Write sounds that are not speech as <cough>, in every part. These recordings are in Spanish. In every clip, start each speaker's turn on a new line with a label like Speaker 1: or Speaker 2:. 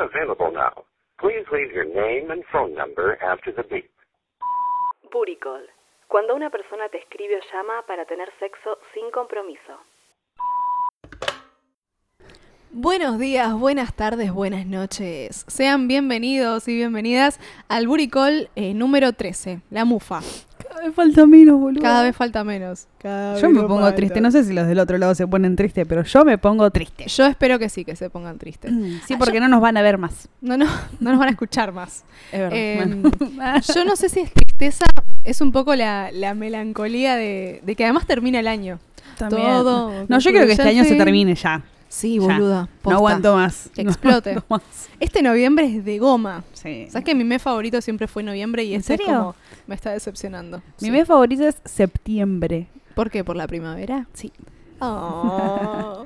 Speaker 1: available now. Please leave your name and phone number after the beep.
Speaker 2: Booty call. Cuando una persona te escribe o llama para tener sexo sin compromiso.
Speaker 3: Buenos días, buenas tardes, buenas noches. Sean bienvenidos y bienvenidas al Buricol eh, número 13, la mufa.
Speaker 4: Me falta menos, boludo.
Speaker 3: Cada vez falta menos.
Speaker 4: yo me pongo triste. No sé si los del otro lado se ponen tristes, pero yo me pongo triste.
Speaker 3: Yo espero que sí, que se pongan tristes.
Speaker 4: <clears throat> Sí, Ah, porque no nos van a ver más.
Speaker 3: No, <laughs> no, no nos van a escuchar más.
Speaker 4: Es verdad.
Speaker 3: Eh,
Speaker 4: <laughs> Bueno.
Speaker 3: yo no sé si es tristeza, es un poco la, la melancolía de, de que además termina el año.
Speaker 4: También.
Speaker 3: Todo
Speaker 4: No, yo creo que este año se
Speaker 3: concluyente.
Speaker 4: termine ya.
Speaker 3: Sí,
Speaker 4: Ya.
Speaker 3: boluda. posta.
Speaker 4: No aguanto más.
Speaker 3: Que
Speaker 4: <laughs> No
Speaker 3: explote.
Speaker 4: aguanto más.
Speaker 3: Este noviembre es de goma.
Speaker 4: Sí.
Speaker 3: ¿Sabes que mi mes favorito siempre fue noviembre y
Speaker 4: ¿En
Speaker 3: este es
Speaker 4: serio?
Speaker 3: como me está decepcionando?
Speaker 4: Mi
Speaker 3: Sí.
Speaker 4: mes favorito es septiembre.
Speaker 3: ¿Por qué? ¿Por la primavera?
Speaker 4: Sí.
Speaker 3: Oh.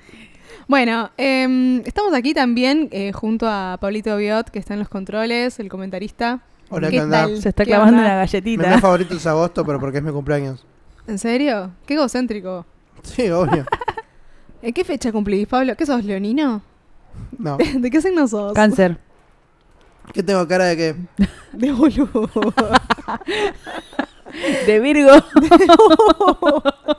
Speaker 3: bueno, em, estamos aquí también eh, junto a Pablito Biot, que está en los controles, el comentarista.
Speaker 5: Hola,
Speaker 3: ¿Qué
Speaker 5: ¿qué onda?
Speaker 3: tal?
Speaker 4: Se está
Speaker 3: ¿Qué
Speaker 4: clavando
Speaker 3: onda?
Speaker 4: una
Speaker 5: Mi
Speaker 4: galletita.
Speaker 5: mes favorito es agosto, pero porque es
Speaker 3: <laughs>
Speaker 5: mi cumpleaños.
Speaker 3: ¿En serio? Qué egocéntrico.
Speaker 5: Sí, obvio.
Speaker 3: ¿En qué fecha cumplís, Pablo? ¿Qué sos, leonino? <laughs>
Speaker 5: No.
Speaker 3: ¿De qué signo sos?
Speaker 5: <laughs>
Speaker 4: Cáncer.
Speaker 5: ¿Qué tengo cara de que
Speaker 3: De boludo.
Speaker 4: De
Speaker 5: <laughs>
Speaker 4: Virgo. <laughs>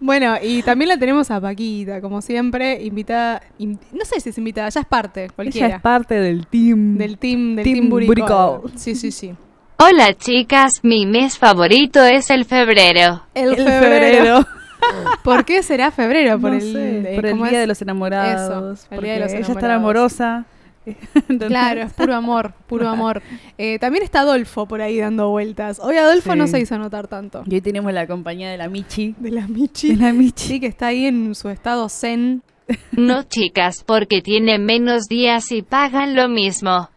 Speaker 3: bueno, y también la tenemos a Paquita, como siempre, invitada. in- no sé si es invitada, ya es parte, cualquiera.
Speaker 4: Ella es parte del team.
Speaker 3: Del team, del
Speaker 4: Team
Speaker 3: team, Buricol.
Speaker 4: Buricol.
Speaker 3: Sí, sí, sí.
Speaker 6: Hola chicas, mi mes favorito es el febrero.
Speaker 3: El, ¿Por qué será febrero? <laughs> Por
Speaker 4: No
Speaker 3: el,
Speaker 4: sé,
Speaker 3: eh,
Speaker 4: por el
Speaker 3: ¿cómo
Speaker 4: día
Speaker 3: es?
Speaker 4: de los enamorados.
Speaker 3: Eso, el
Speaker 4: porque
Speaker 3: día de los
Speaker 4: ella es tan
Speaker 3: enamorados. <laughs>
Speaker 4: amorosa. ¿Entendés?
Speaker 3: Claro, es puro amor, puro
Speaker 4: <laughs>
Speaker 3: amor. Eh, también está Adolfo por ahí dando vueltas. Hoy Adolfo
Speaker 4: Sí.
Speaker 3: no se hizo notar tanto.
Speaker 4: Y hoy tenemos la compañía de la Michi.
Speaker 3: De la Michi.
Speaker 4: la Michi.
Speaker 3: Sí, que está ahí en su estado zen.
Speaker 4: <laughs>
Speaker 6: No chicas, porque tiene menos días y pagan lo mismo.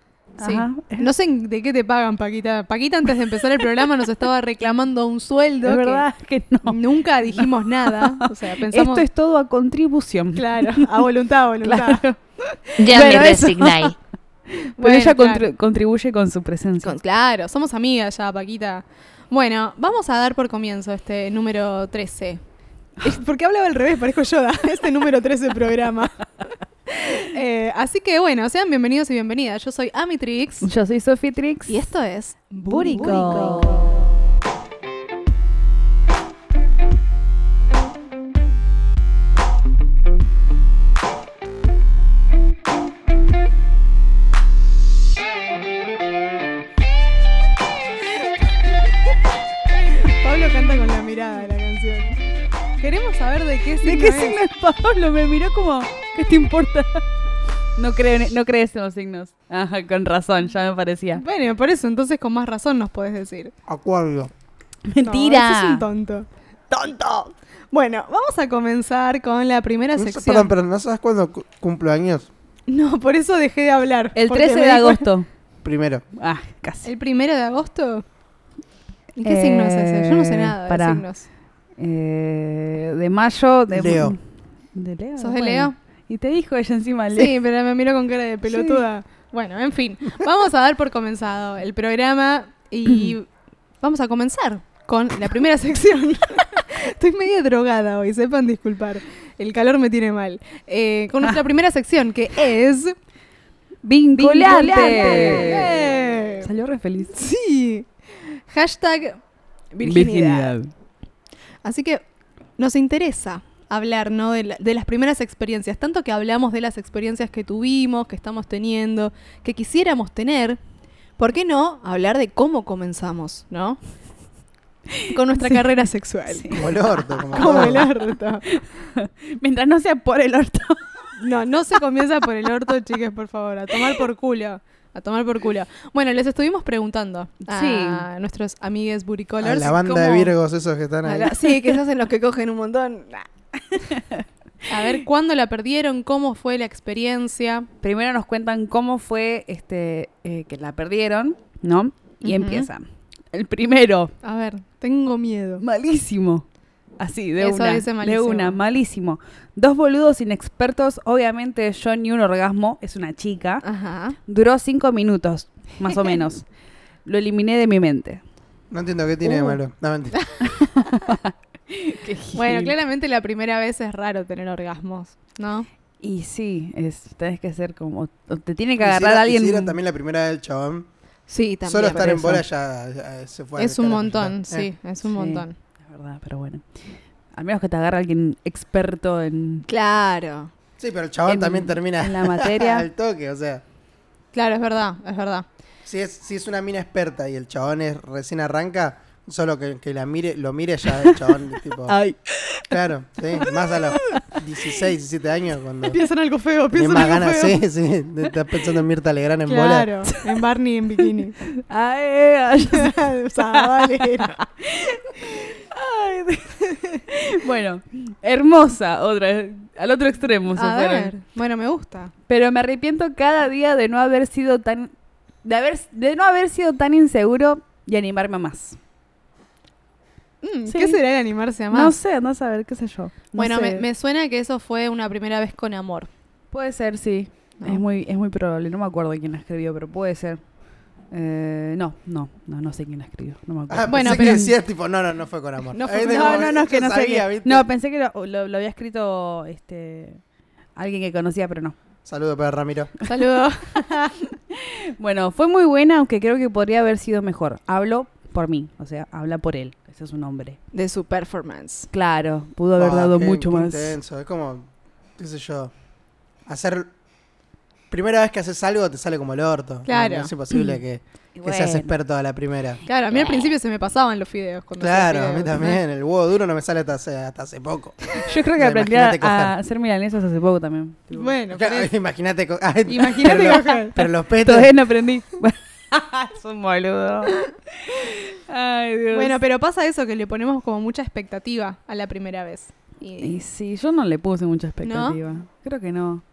Speaker 3: Sí.
Speaker 4: Ajá.
Speaker 3: No sé en- de qué te pagan, Paquita. Paquita, antes de empezar el programa, nos estaba reclamando un sueldo. que
Speaker 4: Es verdad que no.
Speaker 3: Nunca dijimos nada. O sea, Mm, pensamos.
Speaker 4: Esto es todo a contribución.
Speaker 3: Claro, a voluntad, a voluntad.
Speaker 4: Claro.
Speaker 6: Ya
Speaker 4: Bueno,
Speaker 6: me
Speaker 4: eso.
Speaker 6: resignáis.
Speaker 4: <laughs> Pero
Speaker 3: Bueno,
Speaker 4: ella
Speaker 3: claro.
Speaker 4: contri- contribuye con su presencia.
Speaker 3: Con- claro, somos amigas ya, Paquita. Bueno, vamos a dar por comienzo este número 13. Porque hablaba al revés, parezco Yoda, <laughs> este número 13 programa. <laughs> Eh, así que bueno, sean bienvenidos y bienvenidas. Yo soy Amitrix
Speaker 4: Yo soy Sophie Trix.
Speaker 3: y esto es
Speaker 4: Burico.
Speaker 3: Pablo canta con la mirada la canción. Queremos saber de qué signo
Speaker 4: ¿De qué
Speaker 3: es.
Speaker 4: signo es Pablo? Me miró como, ¿qué te importa? No, creo en- no crees en los signos. Ajá, con razón, ya me parecía.
Speaker 3: Bueno, por eso, entonces con más razón nos podés decir.
Speaker 5: acuario.
Speaker 3: No, sos un tonto. ¡Tonto! Bueno, vamos a comenzar con la primera
Speaker 5: No sé-
Speaker 3: sección.
Speaker 5: Perdón, pero ¿no sabes cuándo cu- cumplo años?
Speaker 3: No, por eso dejé de hablar.
Speaker 4: El
Speaker 3: porque
Speaker 4: 13
Speaker 3: me
Speaker 4: de
Speaker 3: di cu-
Speaker 4: agosto.
Speaker 5: Primero.
Speaker 4: Ah, casi.
Speaker 3: ¿El primero de agosto? ¿Y qué
Speaker 4: Eh,
Speaker 3: signo es ese? Yo no sé nada
Speaker 4: pará.
Speaker 3: de signos.
Speaker 4: Eh, de mayo. De
Speaker 5: Leo.
Speaker 4: ¿De Leo?
Speaker 3: ¿Sos de
Speaker 4: Bueno.
Speaker 3: Leo?
Speaker 4: Y te dijo ella encima Leo.
Speaker 3: Sí, pero me miró con cara de pelotuda. Bueno, en fin, vamos a dar por comenzado el programa <clears throat> y vamos a comenzar con la primera sección. <laughs> Estoy media drogada hoy, sepan disculpar. El calor me tiene mal. Eh, con nuestra primera sección que es...
Speaker 4: ¡Vinculante!
Speaker 3: ¡Vinculante!
Speaker 4: Salió re feliz.
Speaker 3: Sí. Hashtag virginidad. Así que nos interesa hablar ¿no? de, la- de las primeras experiencias, tanto que hablamos de las experiencias que tuvimos, que estamos teniendo, que quisiéramos tener, ¿por qué no hablar de cómo comenzamos, ¿no? Con nuestra carrera sexual.
Speaker 4: <laughs>
Speaker 5: Como el orto. Como
Speaker 3: Como
Speaker 5: todo.
Speaker 3: el orto.
Speaker 4: Mientras no sea por el orto.
Speaker 3: No, no se comienza por el orto, chicas, por favor. A tomar por culo. A tomar por culo. Bueno, les estuvimos preguntando a nuestros amigues
Speaker 5: A
Speaker 3: buricolors.
Speaker 5: la banda de
Speaker 3: cómo-
Speaker 5: Virgos esos que están
Speaker 3: A
Speaker 5: ahí.
Speaker 3: la- sí, que se hacen los que cogen un montón. Nah. <laughs> A ver, ¿cuándo la perdieron? ¿Cómo fue la experiencia?
Speaker 4: Primero nos cuentan cómo fue este eh, que la perdieron, ¿no?
Speaker 3: Ujú.
Speaker 4: Y empieza. El primero,
Speaker 3: A ver, tengo miedo.
Speaker 4: malísimo. Así, de
Speaker 3: Eso
Speaker 4: una.
Speaker 3: dice
Speaker 4: De
Speaker 3: malísimo.
Speaker 4: una, malísimo. Dos boludos inexpertos, obviamente yo ni un orgasmo, es una chica.
Speaker 3: Ajá.
Speaker 4: Duró cinco minutos, más <laughs> o menos. Lo eliminé de mi mente.
Speaker 5: No entiendo qué tiene de
Speaker 4: Uh.
Speaker 5: malo. No, mentira.
Speaker 3: Bueno, claramente la primera vez es raro tener orgasmos, ¿no?
Speaker 4: Y sí, es, tenés que ser como. o Te tiene que
Speaker 5: Y si
Speaker 4: agarrar
Speaker 5: era- y
Speaker 4: alguien.
Speaker 5: si era también la primera del chabón.
Speaker 3: Sí, también.
Speaker 5: Solo estar en
Speaker 4: Por
Speaker 5: bola
Speaker 4: eso.
Speaker 5: ya, ya se fue. al
Speaker 3: es un
Speaker 5: carajo,
Speaker 3: montón,
Speaker 5: ya está.
Speaker 3: sí,
Speaker 5: Eh,
Speaker 3: es un
Speaker 4: Sí.
Speaker 3: montón.
Speaker 4: La verdad, pero bueno. Al menos que te agarre alguien experto en.
Speaker 3: Claro,
Speaker 5: Sí, pero el chabón
Speaker 4: En-
Speaker 5: también termina
Speaker 4: en la materia.
Speaker 5: <laughs> al toque, o sea.
Speaker 3: claro, es verdad, es verdad.
Speaker 5: Si es, si es una mina experta y el chabón es, recién arranca, solo que, que la mire, lo mire ya el
Speaker 3: <laughs>
Speaker 5: chabón, tipo,
Speaker 4: Ay.
Speaker 5: claro, sí, más a los 16, 17 años cuando
Speaker 3: Piensa en algo feo,
Speaker 5: tenés
Speaker 3: piensa en
Speaker 5: más
Speaker 3: algo
Speaker 5: ganas,
Speaker 3: feo.
Speaker 5: sí, sí, te estás pensando en Mirta Legrand en bola.
Speaker 3: Claro, Ah, en Barney en <laughs> bikini.
Speaker 4: Ay, ay, <laughs>
Speaker 3: Sabalera.
Speaker 4: ay. <laughs> bueno, hermosa, otra. Al otro extremo se
Speaker 3: A
Speaker 4: fueron.
Speaker 3: ver, bueno, me gusta.
Speaker 4: Pero me arrepiento cada día de no haber sido tan. De, haber, de no haber sido tan inseguro y animarme a más.
Speaker 3: Mm,
Speaker 4: Sí.
Speaker 3: ¿Qué será el animarse a más?
Speaker 4: No sé, no saber, qué sé yo. No
Speaker 3: bueno,
Speaker 4: sé.
Speaker 3: me, me suena que eso fue una primera vez con amor.
Speaker 4: Puede ser, sí.
Speaker 3: No.
Speaker 4: <laughs> Es, muy, es muy probable. No me acuerdo quién la escribió, pero puede ser. Eh, no, no, no, no sé quién la escribió. No me acuerdo.
Speaker 5: Ah, <laughs>
Speaker 3: Bueno,
Speaker 5: bueno,
Speaker 3: pero-
Speaker 5: que decías, tipo, no, no, no fue con amor.
Speaker 3: No fue
Speaker 5: Ahí
Speaker 3: con-
Speaker 5: te
Speaker 3: no,
Speaker 5: como-
Speaker 3: no, no, es
Speaker 5: yo sabía,
Speaker 4: que-
Speaker 5: ¿viste?
Speaker 4: No, pensé que lo, lo- lo había escrito este, alguien que conocía, pero no.
Speaker 5: Saludo para Ramiro.
Speaker 3: Saludo.
Speaker 4: Bueno, fue muy buena, aunque creo que podría haber sido mejor. Hablo por mí, o sea, habla por él. Ese es un hombre.
Speaker 3: <laughs> De su performance.
Speaker 4: Claro, pudo haber
Speaker 5: Ah,
Speaker 4: dado
Speaker 5: qué-
Speaker 4: mucho
Speaker 5: qué
Speaker 4: más.
Speaker 5: intenso, es como, qué sé yo, hacer... Primera vez que haces algo te sale como el orto.
Speaker 3: Claro.
Speaker 5: No, es imposible que,
Speaker 4: Y
Speaker 5: que seas
Speaker 4: bueno.
Speaker 5: experto a la primera.
Speaker 3: Claro, a mí al principio se me pasaban los fideos. Cuando hacía
Speaker 5: Claro, a mí
Speaker 3: fideos, ¿no?
Speaker 5: también. El huevo duro no me sale hasta hace, hasta hace poco.
Speaker 4: Yo creo que
Speaker 5: Ya,
Speaker 4: aprendí a,
Speaker 5: imagínate coger.
Speaker 4: a hacer milanesas hace poco
Speaker 5: <laughs>
Speaker 4: también.
Speaker 3: <laughs> Bueno,
Speaker 5: Claro,
Speaker 3: pero-
Speaker 5: Imagínate. co- <laughs> ah,
Speaker 3: Imagínate
Speaker 5: pero,
Speaker 3: coger.
Speaker 5: pero los petes.
Speaker 4: Todavía no
Speaker 5: <laughs>
Speaker 4: aprendí. <laughs> es un boludo. Ay,
Speaker 3: <laughs>
Speaker 4: Dios.
Speaker 3: bueno, pero pasa eso que le ponemos como mucha expectativa a la primera vez.
Speaker 4: Y
Speaker 3: Y...
Speaker 4: sí, yo no le puse mucha expectativa. Creo que no.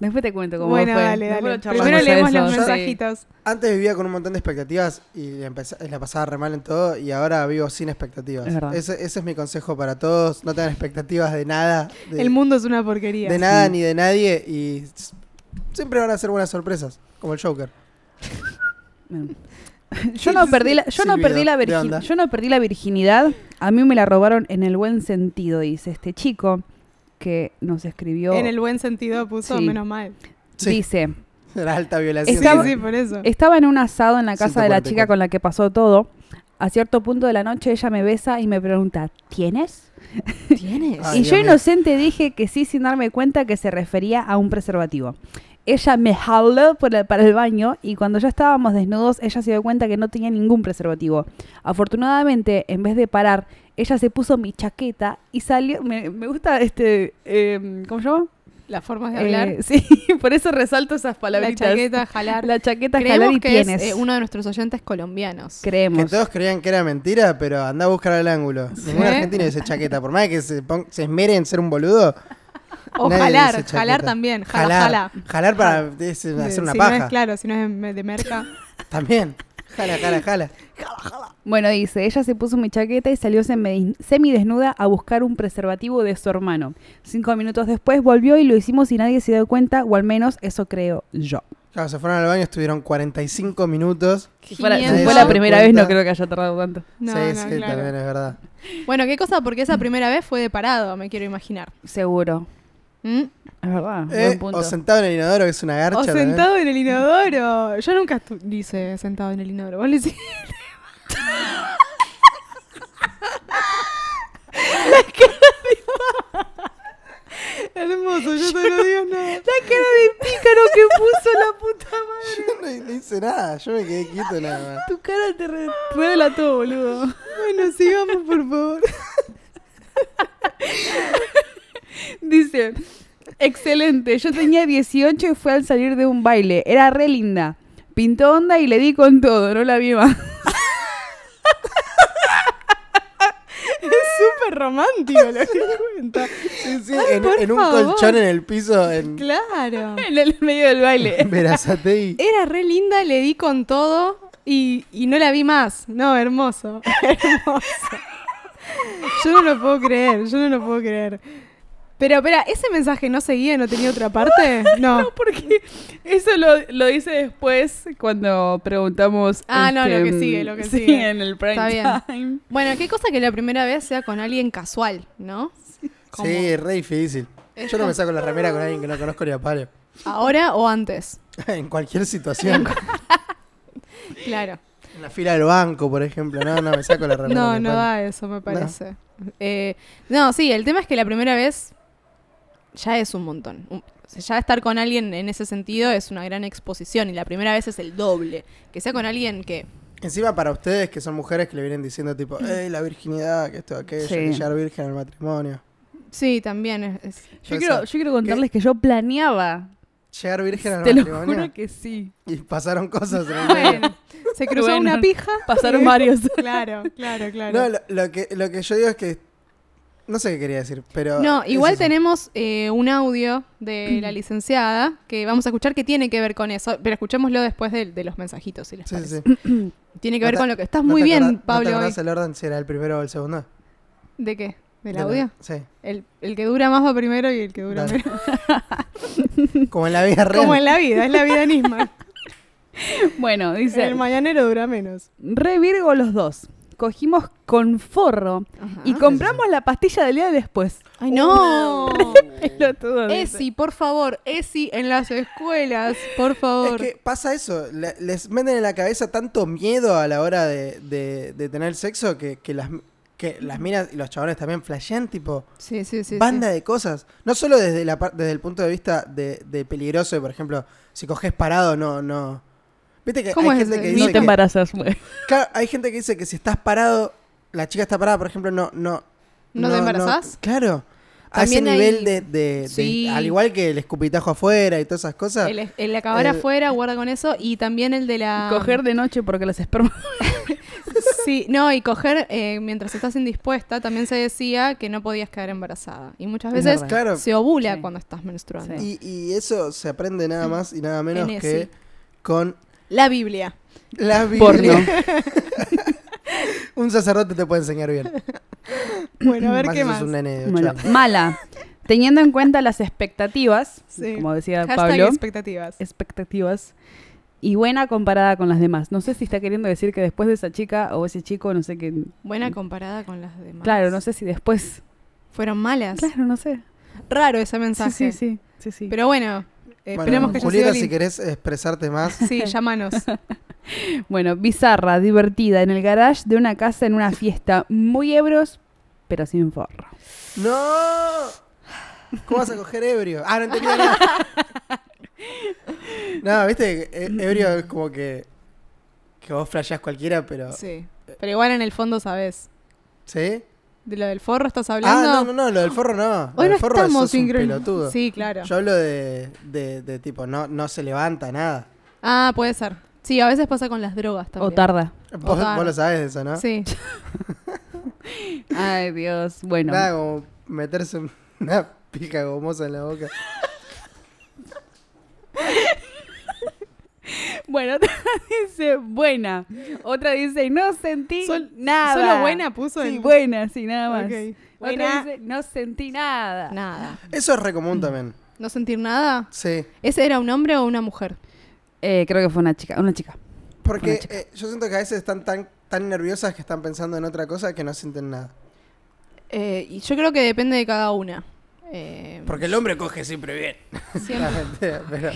Speaker 4: Después te cuento cómo
Speaker 3: Bueno,
Speaker 4: fue.
Speaker 3: dale,
Speaker 4: Después
Speaker 3: dale.
Speaker 4: lo charlamos
Speaker 3: Primero leemos
Speaker 4: eso.
Speaker 3: los
Speaker 4: Sí.
Speaker 3: mensajitos.
Speaker 5: Antes vivía con un montón de expectativas y empecé- la pasaba re mal en todo y ahora vivo sin expectativas.
Speaker 4: Es verdad.
Speaker 5: ese, ese es mi consejo para todos. No tengan expectativas de nada. De,
Speaker 3: El mundo es una porquería.
Speaker 5: de nada ni de nadie y s- siempre van a ser buenas sorpresas, como el Joker. <laughs>
Speaker 4: Bueno. <laughs> Yo no perdí la, yo no
Speaker 5: Silbido,
Speaker 4: perdí la
Speaker 5: de
Speaker 4: virgin-
Speaker 5: onda.
Speaker 4: yo no perdí la virginidad. A mí me la robaron en el buen sentido, dice este chico que nos escribió.
Speaker 3: En el buen sentido puso,
Speaker 4: Sí.
Speaker 3: menos mal.
Speaker 5: Sí.
Speaker 4: Dice,
Speaker 5: La alta violación.
Speaker 4: Estaba-
Speaker 3: Sí, sí, por eso.
Speaker 4: Estaba en un asado en la casa de la
Speaker 5: 144.
Speaker 4: chica con la que pasó todo. A cierto punto de la noche ella me besa y me pregunta, ¿tienes?
Speaker 3: ¿Tienes?
Speaker 5: Ay,
Speaker 4: y yo
Speaker 5: Dios mío.
Speaker 4: inocente dije que sí sin darme cuenta que se refería a un preservativo. Ella me habló por el- para el baño y cuando ya estábamos desnudos ella se dio cuenta que no tenía ningún preservativo. Afortunadamente, en vez de parar, ella se puso mi chaqueta y salió... Me, me gusta este... em, ¿Cómo se llama?
Speaker 3: Las formas de hablar.
Speaker 4: Eh, <laughs> sí, por eso resalto esas
Speaker 3: la
Speaker 4: palabritas.
Speaker 3: chaqueta, jalar.
Speaker 4: La chaqueta jalar
Speaker 3: Creemos
Speaker 4: y
Speaker 3: que
Speaker 4: tienes.
Speaker 3: es eh, uno de nuestros oyentes colombianos.
Speaker 5: Que
Speaker 4: Creemos.
Speaker 5: todos creían que era mentira, pero anda a buscar al ángulo. Ningún
Speaker 3: ¿Eh?
Speaker 5: argentino dice chaqueta. Por más que se, pon- se esmere en ser un boludo.
Speaker 3: o
Speaker 5: nadie
Speaker 3: jalar,
Speaker 5: dice chaqueta.
Speaker 3: jalar también. Jala, jala.
Speaker 5: Jalar para es-
Speaker 3: De-
Speaker 5: hacer una
Speaker 3: si
Speaker 5: paja.
Speaker 3: No es, claro, si no es de de merca.
Speaker 5: También. Jala, jala, jala.
Speaker 4: Bueno, dice, ella se puso mi chaqueta y salió semi- semidesnuda a buscar un preservativo de su hermano. Cinco minutos después volvió y lo hicimos y nadie se dio cuenta, o al menos eso creo yo.
Speaker 5: Claro, se fueron al baño, estuvieron 45 minutos.
Speaker 4: Si fuera, si
Speaker 5: Nadie
Speaker 4: fue
Speaker 5: se
Speaker 4: la
Speaker 5: dio
Speaker 4: primera vez,
Speaker 5: cuenta.
Speaker 4: no creo que haya tardado tanto.
Speaker 3: No,
Speaker 5: sí,
Speaker 3: no,
Speaker 5: sí,
Speaker 3: claro.
Speaker 5: también es verdad.
Speaker 3: Bueno, qué cosa, porque esa primera vez fue de parado, me quiero imaginar.
Speaker 4: Seguro.
Speaker 3: ¿Mm?
Speaker 4: Es verdad.
Speaker 5: Eh,
Speaker 4: buen punto.
Speaker 5: o sentado en el inodoro, que es una garcha.
Speaker 3: O
Speaker 5: también.
Speaker 3: sentado en el inodoro. Yo nunca estu- hice sentado en el inodoro. ¿Vos lo hiciste? Hermoso, yo te lo digo nada.
Speaker 4: La cara de pícaro que puso la puta madre.
Speaker 5: <laughs> Yo no, no hice nada, yo me quedé quieto nada
Speaker 3: <laughs>
Speaker 5: más.
Speaker 4: Tu cara te re- revela todo, boludo.
Speaker 3: Bueno, sigamos, por favor.
Speaker 4: Dice, excelente, yo tenía 18 y fue al salir de un baile, era re linda. Pintó onda y le di con todo, no la vi más. <laughs>
Speaker 3: Súper romántico lo que cuenta.
Speaker 5: Sí, sí,
Speaker 3: Ay,
Speaker 5: en,
Speaker 3: por
Speaker 5: en un
Speaker 3: favor.
Speaker 5: colchón en el piso,
Speaker 3: <laughs>
Speaker 5: en
Speaker 3: Claro.
Speaker 4: En el medio del baile.
Speaker 5: Verazategui.
Speaker 3: Era re linda, le di con todo y, y no la vi más. No, hermoso. <laughs> Hermoso. Yo no lo puedo creer, yo no lo puedo creer. Pero, espera, ¿ese mensaje no seguía, no tenía otra parte? <laughs> No.
Speaker 4: Porque eso lo, lo dice después cuando preguntamos. este,
Speaker 3: Ah, no, lo que sigue, lo que sigue.
Speaker 4: en el prime
Speaker 3: Está bien.
Speaker 4: time.
Speaker 3: Bueno, qué cosa que la primera vez sea con alguien casual, ¿no? Como-
Speaker 5: Sí, es re difícil.
Speaker 3: Es
Speaker 5: Yo no me saco la remera con alguien que no conozco ni a palo. <laughs>
Speaker 3: ¿Ahora o antes?
Speaker 5: En cualquier
Speaker 3: <laughs>
Speaker 5: situación.
Speaker 3: Claro.
Speaker 5: En la fila del banco, por ejemplo. No, no me saco la
Speaker 3: <laughs>
Speaker 5: remera.
Speaker 3: No,
Speaker 5: ni a
Speaker 3: no
Speaker 5: palo.
Speaker 3: da eso, me parece. Eh, no, sí, el tema es que la primera vez ya es un montón. Un- o sea, ya estar con alguien en ese sentido es una gran exposición y la primera vez es el doble. Que sea con alguien que...
Speaker 5: Encima para ustedes que son mujeres que le vienen diciendo tipo,
Speaker 3: Mm.
Speaker 5: ¡Ey, la virginidad, que esto, aquello,
Speaker 4: Sí.
Speaker 5: que ya era virgen en el matrimonio.
Speaker 3: Sí, también es... es-
Speaker 4: Yo
Speaker 5: Puede
Speaker 4: quiero,
Speaker 5: ser.
Speaker 4: yo quiero contarles que yo planeaba.
Speaker 5: Llegar virgen al
Speaker 4: Te lo
Speaker 5: matrimonio.
Speaker 4: juro que sí.
Speaker 5: Y
Speaker 3: <laughs>
Speaker 5: pasaron cosas. en el medio.
Speaker 3: <laughs> Bueno, se cruzó
Speaker 4: Bueno,
Speaker 3: una pija.
Speaker 4: <laughs>
Speaker 3: <laughs>
Speaker 4: pasaron varios.
Speaker 3: Claro, claro, claro.
Speaker 5: No, lo, lo que, lo que yo digo es que. No sé qué quería decir, pero.
Speaker 3: No,
Speaker 5: es
Speaker 3: igual
Speaker 5: eso.
Speaker 3: tenemos eh, un audio <clears throat> de la licenciada que vamos a escuchar que tiene que ver con eso, pero escuchémoslo después de, de los mensajitos, si les
Speaker 5: Sí,
Speaker 3: parece.
Speaker 5: sí, sí.
Speaker 3: Tiene <laughs> que ver
Speaker 5: No te-
Speaker 3: con lo que... Estás
Speaker 5: ¿No
Speaker 3: muy
Speaker 5: te
Speaker 3: bien,
Speaker 5: acordás-
Speaker 3: Pablo.
Speaker 5: ¿No te
Speaker 3: hoy.
Speaker 5: acordás el orden si era el primero o el segundo?
Speaker 3: ¿De qué? ¿Del
Speaker 5: De la-
Speaker 3: audio?
Speaker 5: Sí.
Speaker 3: El, el que dura más va primero y el que dura
Speaker 5: Dale.
Speaker 3: menos.
Speaker 5: <laughs> Como en la vida real.
Speaker 3: Como en la vida, es la vida misma.
Speaker 4: Bueno,
Speaker 3: <laughs> En
Speaker 4: dice.
Speaker 3: el mañanero dura menos.
Speaker 4: Re Virgo los dos. Cogimos con forro y compramos la pastilla del día después.
Speaker 3: ¡Ay, no! <laughs>
Speaker 4: <laughs> Pelotudo, dice.
Speaker 3: Esi, por favor, Esi en las escuelas, por
Speaker 5: Es
Speaker 3: favor.
Speaker 5: que pasa eso, le- les meten en la cabeza tanto miedo a la hora de, de- de tener sexo que, que las que las minas y los chabones también flashean tipo
Speaker 3: Sí, sí, sí. sí.
Speaker 5: banda de cosas. No solo desde la par- desde el punto de vista de, de peligroso, de, por ejemplo, si coges parado no no. Viste que
Speaker 3: ¿Cómo
Speaker 5: hay
Speaker 3: es
Speaker 5: gente
Speaker 3: eso?
Speaker 5: que
Speaker 3: Ni
Speaker 5: dice
Speaker 4: Ni te
Speaker 5: que-
Speaker 4: embarazas, güey.
Speaker 5: Claro, hay gente que dice que si estás parado, la chica está parada, por ejemplo, no, no.
Speaker 3: ¿No te embarazás?
Speaker 5: claro. A ese
Speaker 3: También hay-
Speaker 5: nivel de, de- de-
Speaker 3: Sí.
Speaker 5: Al igual que el escupitajo afuera y todas esas cosas.
Speaker 3: El, el acabar
Speaker 5: El-
Speaker 3: afuera, guarda con eso. Eh, Y también el de la.
Speaker 4: Coger de noche porque las espermas.
Speaker 3: <laughs> Sí, no, y coger eh, mientras estás indispuesta también se decía que no podías quedar embarazada. Y muchas
Speaker 4: Es
Speaker 3: veces
Speaker 4: verdad.
Speaker 5: Claro.
Speaker 3: se ovula
Speaker 4: Sí.
Speaker 3: cuando estás menstruando.
Speaker 4: Sí.
Speaker 5: Y, y eso se aprende nada más y nada menos
Speaker 3: este. En
Speaker 5: que
Speaker 3: ese.
Speaker 5: con
Speaker 3: La Biblia.
Speaker 5: la
Speaker 4: <laughs> Porno.
Speaker 5: Biblia. <laughs> un sacerdote te puede enseñar bien.
Speaker 3: Bueno, a ver
Speaker 5: Más
Speaker 3: qué
Speaker 5: si sos
Speaker 3: más.
Speaker 5: un nene de ocho
Speaker 4: Bueno,
Speaker 5: años.
Speaker 4: mala. Teniendo en cuenta las expectativas,
Speaker 3: Sí.
Speaker 4: como decía
Speaker 3: Hashtag
Speaker 4: Pablo,
Speaker 3: expectativas.
Speaker 4: expectativas, y buena comparada con las demás. No sé si está queriendo decir que después de esa chica o ese chico, no sé qué.
Speaker 3: Buena comparada con las demás.
Speaker 4: Claro, no sé si después.
Speaker 3: Fueron malas.
Speaker 4: Claro, no sé.
Speaker 3: Raro ese
Speaker 4: Sí,
Speaker 3: mensaje.
Speaker 4: sí, sí. sí, sí.
Speaker 3: Pero bueno, eh,
Speaker 5: Bueno,
Speaker 3: esperemos que haya
Speaker 5: Julieta,
Speaker 3: sido
Speaker 5: si Ah.
Speaker 3: lindo.
Speaker 5: querés expresarte más.
Speaker 3: <laughs> Sí,
Speaker 5: <laughs>
Speaker 3: llámanos.
Speaker 4: Bueno, bizarra, divertida, en el garage de una casa en una fiesta. Muy ebros, pero sin forro.
Speaker 5: ¡No! ¿Cómo vas a coger ebrio? Ah, no entendía nada. <laughs> No, viste, E- ebrio es como que. Que vos flasheás cualquiera, pero. ¿Sí?
Speaker 3: Sí. Pero igual en el fondo sabés. De lo del forro estás hablando.
Speaker 5: Ah, no, no, no, lo del forro no. Lo
Speaker 3: Hoy
Speaker 5: del
Speaker 3: no
Speaker 5: forro
Speaker 3: estamos
Speaker 5: sos un
Speaker 3: sincronizados.
Speaker 5: pelotudo.
Speaker 3: Sí, claro.
Speaker 5: Yo hablo de, de, de tipo, no, no se levanta nada.
Speaker 3: Ah, puede ser. Sí, a veces pasa con las drogas también.
Speaker 4: O tarda.
Speaker 5: Vos,
Speaker 3: Total.
Speaker 5: vos lo sabés de eso, ¿no? <laughs>
Speaker 3: Sí.
Speaker 4: Ay, Dios. Bueno.
Speaker 5: Nada como meterse un- una pija gomosa en la boca.
Speaker 4: Bueno, <laughs> otra dice buena. Otra dice no sentí
Speaker 3: Sol-
Speaker 4: nada.
Speaker 3: solo buena puso
Speaker 4: Sí,
Speaker 3: el-
Speaker 4: buena, sí, nada más.
Speaker 3: Ok.
Speaker 4: Otra
Speaker 3: Buena.
Speaker 4: dice no sentí nada.
Speaker 3: Nada.
Speaker 5: Eso es re
Speaker 3: Mm.
Speaker 5: común también.
Speaker 3: ¿No sentir nada?
Speaker 5: Sí.
Speaker 3: ¿Ese era un hombre o una mujer?
Speaker 4: Eh, creo que fue una chica, una chica. Una
Speaker 5: Porque
Speaker 4: chica.
Speaker 5: eh, yo siento que a veces están tan, tan nerviosas que están pensando en otra cosa que no sienten nada.
Speaker 3: Eh, y yo creo que depende de cada una. Eh,
Speaker 5: Porque el hombre coge siempre bien. <laughs>
Speaker 3: siempre-
Speaker 5: Mentira, pero-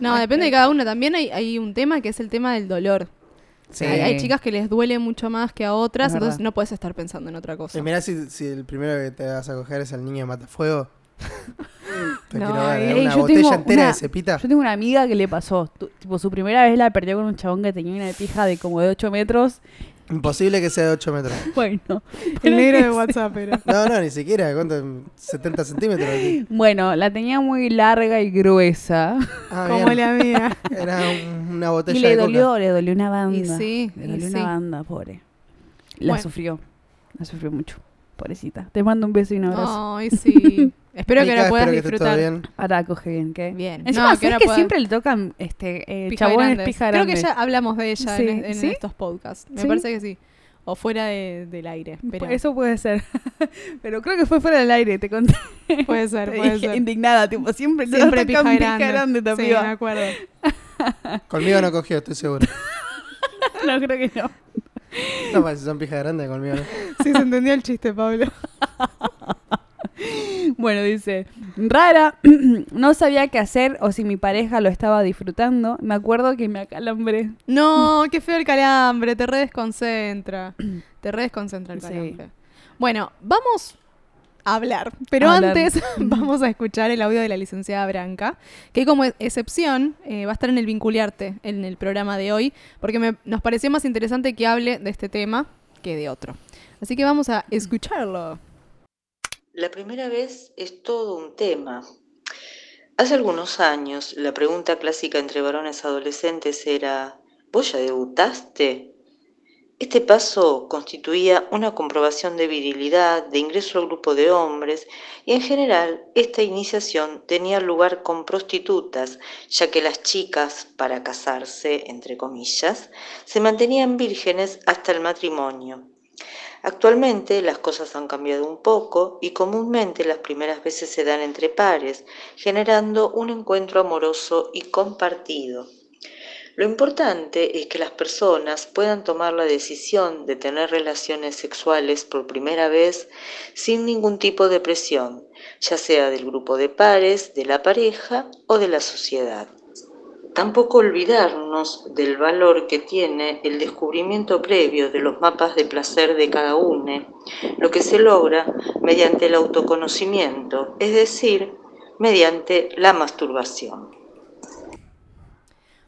Speaker 3: No, depende de cada una. También hay, hay un tema que es el tema del dolor.
Speaker 5: Sí.
Speaker 3: Hay, hay chicas que les duele mucho más que a
Speaker 4: Es
Speaker 3: otras,
Speaker 4: verdad.
Speaker 3: entonces no puedes estar pensando en otra cosa.
Speaker 5: Y mirá si, si el primero que te vas a coger es el niño
Speaker 4: <laughs>
Speaker 5: de Matafuego. te
Speaker 3: No,
Speaker 5: quiero ver,
Speaker 3: eh,
Speaker 5: una
Speaker 4: yo
Speaker 5: botella
Speaker 4: tengo
Speaker 5: entera
Speaker 4: una-
Speaker 5: de cepita.
Speaker 4: Yo tengo una amiga que le pasó, tu- tipo su primera vez la perdió con un chabón que tenía una pija de como de 8 metros.
Speaker 5: Imposible que sea de 8 metros.
Speaker 4: <laughs> Bueno,
Speaker 3: El
Speaker 4: pero
Speaker 3: negro
Speaker 4: que
Speaker 3: de
Speaker 4: sí.
Speaker 3: WhatsApp era.
Speaker 5: No, no, ni siquiera. ¿Cuánto? 70 centímetros. aquí.
Speaker 4: Bueno, la tenía muy larga y gruesa.
Speaker 5: Ah,
Speaker 3: Como
Speaker 5: bien.
Speaker 3: la mía.
Speaker 5: Era un- una botella
Speaker 4: Y le
Speaker 5: de coca.
Speaker 4: dolió, le dolió una banda.
Speaker 3: Y sí,
Speaker 4: le
Speaker 3: y
Speaker 4: dolió
Speaker 3: sí.
Speaker 4: una banda, pobre. La
Speaker 3: Bueno.
Speaker 4: sufrió, la sufrió mucho, pobrecita. Te mando un beso y un abrazo.
Speaker 3: Ay,
Speaker 4: <laughs>
Speaker 3: sí. Espero que
Speaker 5: Mica,
Speaker 3: ahora puedas
Speaker 5: espero que estés todo
Speaker 3: disfrutar.
Speaker 5: bien.
Speaker 4: Ahora coge bien, ¿qué?
Speaker 3: Bien.
Speaker 4: Encima,
Speaker 3: No, que
Speaker 4: ¿sabés
Speaker 3: ahora
Speaker 4: que
Speaker 3: pueda-
Speaker 4: siempre le tocan este, eh,
Speaker 3: Pija
Speaker 4: chabones
Speaker 3: grandes.
Speaker 4: pija
Speaker 3: Creo que
Speaker 4: grandes.
Speaker 3: ya hablamos de ella
Speaker 4: Sí.
Speaker 3: en, en
Speaker 4: ¿Sí?
Speaker 3: estos podcasts. Me
Speaker 4: ¿Sí? Pues
Speaker 3: parece que sí. O fuera de- del aire. Pero
Speaker 4: <laughs> Eso puede ser. Pero creo que fue fuera del aire, te conté.
Speaker 3: <laughs> puede ser, <laughs>
Speaker 4: Te
Speaker 3: puede
Speaker 4: dije,
Speaker 3: ser.
Speaker 4: Indignada, tipo, siempre, le
Speaker 3: Siempre
Speaker 4: tocan
Speaker 3: pija grande.
Speaker 4: te
Speaker 3: sí, me
Speaker 4: piba.
Speaker 3: acuerdo.
Speaker 5: Conmigo no cogió, estoy seguro.
Speaker 4: no, creo que no. <laughs>
Speaker 5: No, pues, si son pijas grandes, conmigo no.
Speaker 3: <laughs> Sí, se entendió el chiste, Pablo.
Speaker 4: Bueno, dice, rara, <clears throat> no sabía qué hacer o si mi pareja lo estaba disfrutando. Me acuerdo que me acalambré.
Speaker 3: No, qué feo el calambre, te
Speaker 4: <clears throat>
Speaker 3: redesconcentra. Te redesconcentra el
Speaker 4: Sí.
Speaker 3: calambre. Bueno, vamos a hablar, pero
Speaker 4: A hablar. <laughs>
Speaker 3: antes vamos a escuchar el audio de la licenciada Branca, que como ex- excepción eh, va a estar en el vinculiarte en el programa de hoy, porque me- nos pareció más interesante que hable de este tema que de otro. Así que vamos
Speaker 4: Mm.
Speaker 3: a escucharlo.
Speaker 7: La primera vez es todo un tema. Hace algunos años, la pregunta clásica entre varones adolescentes era, ¿vos ya debutaste? Este paso constituía una comprobación de virilidad, de ingreso al grupo de hombres, y en general esta iniciación tenía lugar con prostitutas, ya que las chicas, para casarse, entre comillas, se mantenían vírgenes hasta el matrimonio. Actualmente las cosas han cambiado un poco y comúnmente las primeras veces se dan entre pares, generando un encuentro amoroso y compartido. Lo importante es que las personas puedan tomar la decisión de tener relaciones sexuales por primera vez sin ningún tipo de presión, ya sea del grupo de pares, de la pareja o de la sociedad. Tampoco olvidarnos del valor que tiene el descubrimiento previo de los mapas de placer de cada uno, lo que se logra mediante el autoconocimiento, es decir, mediante la masturbación.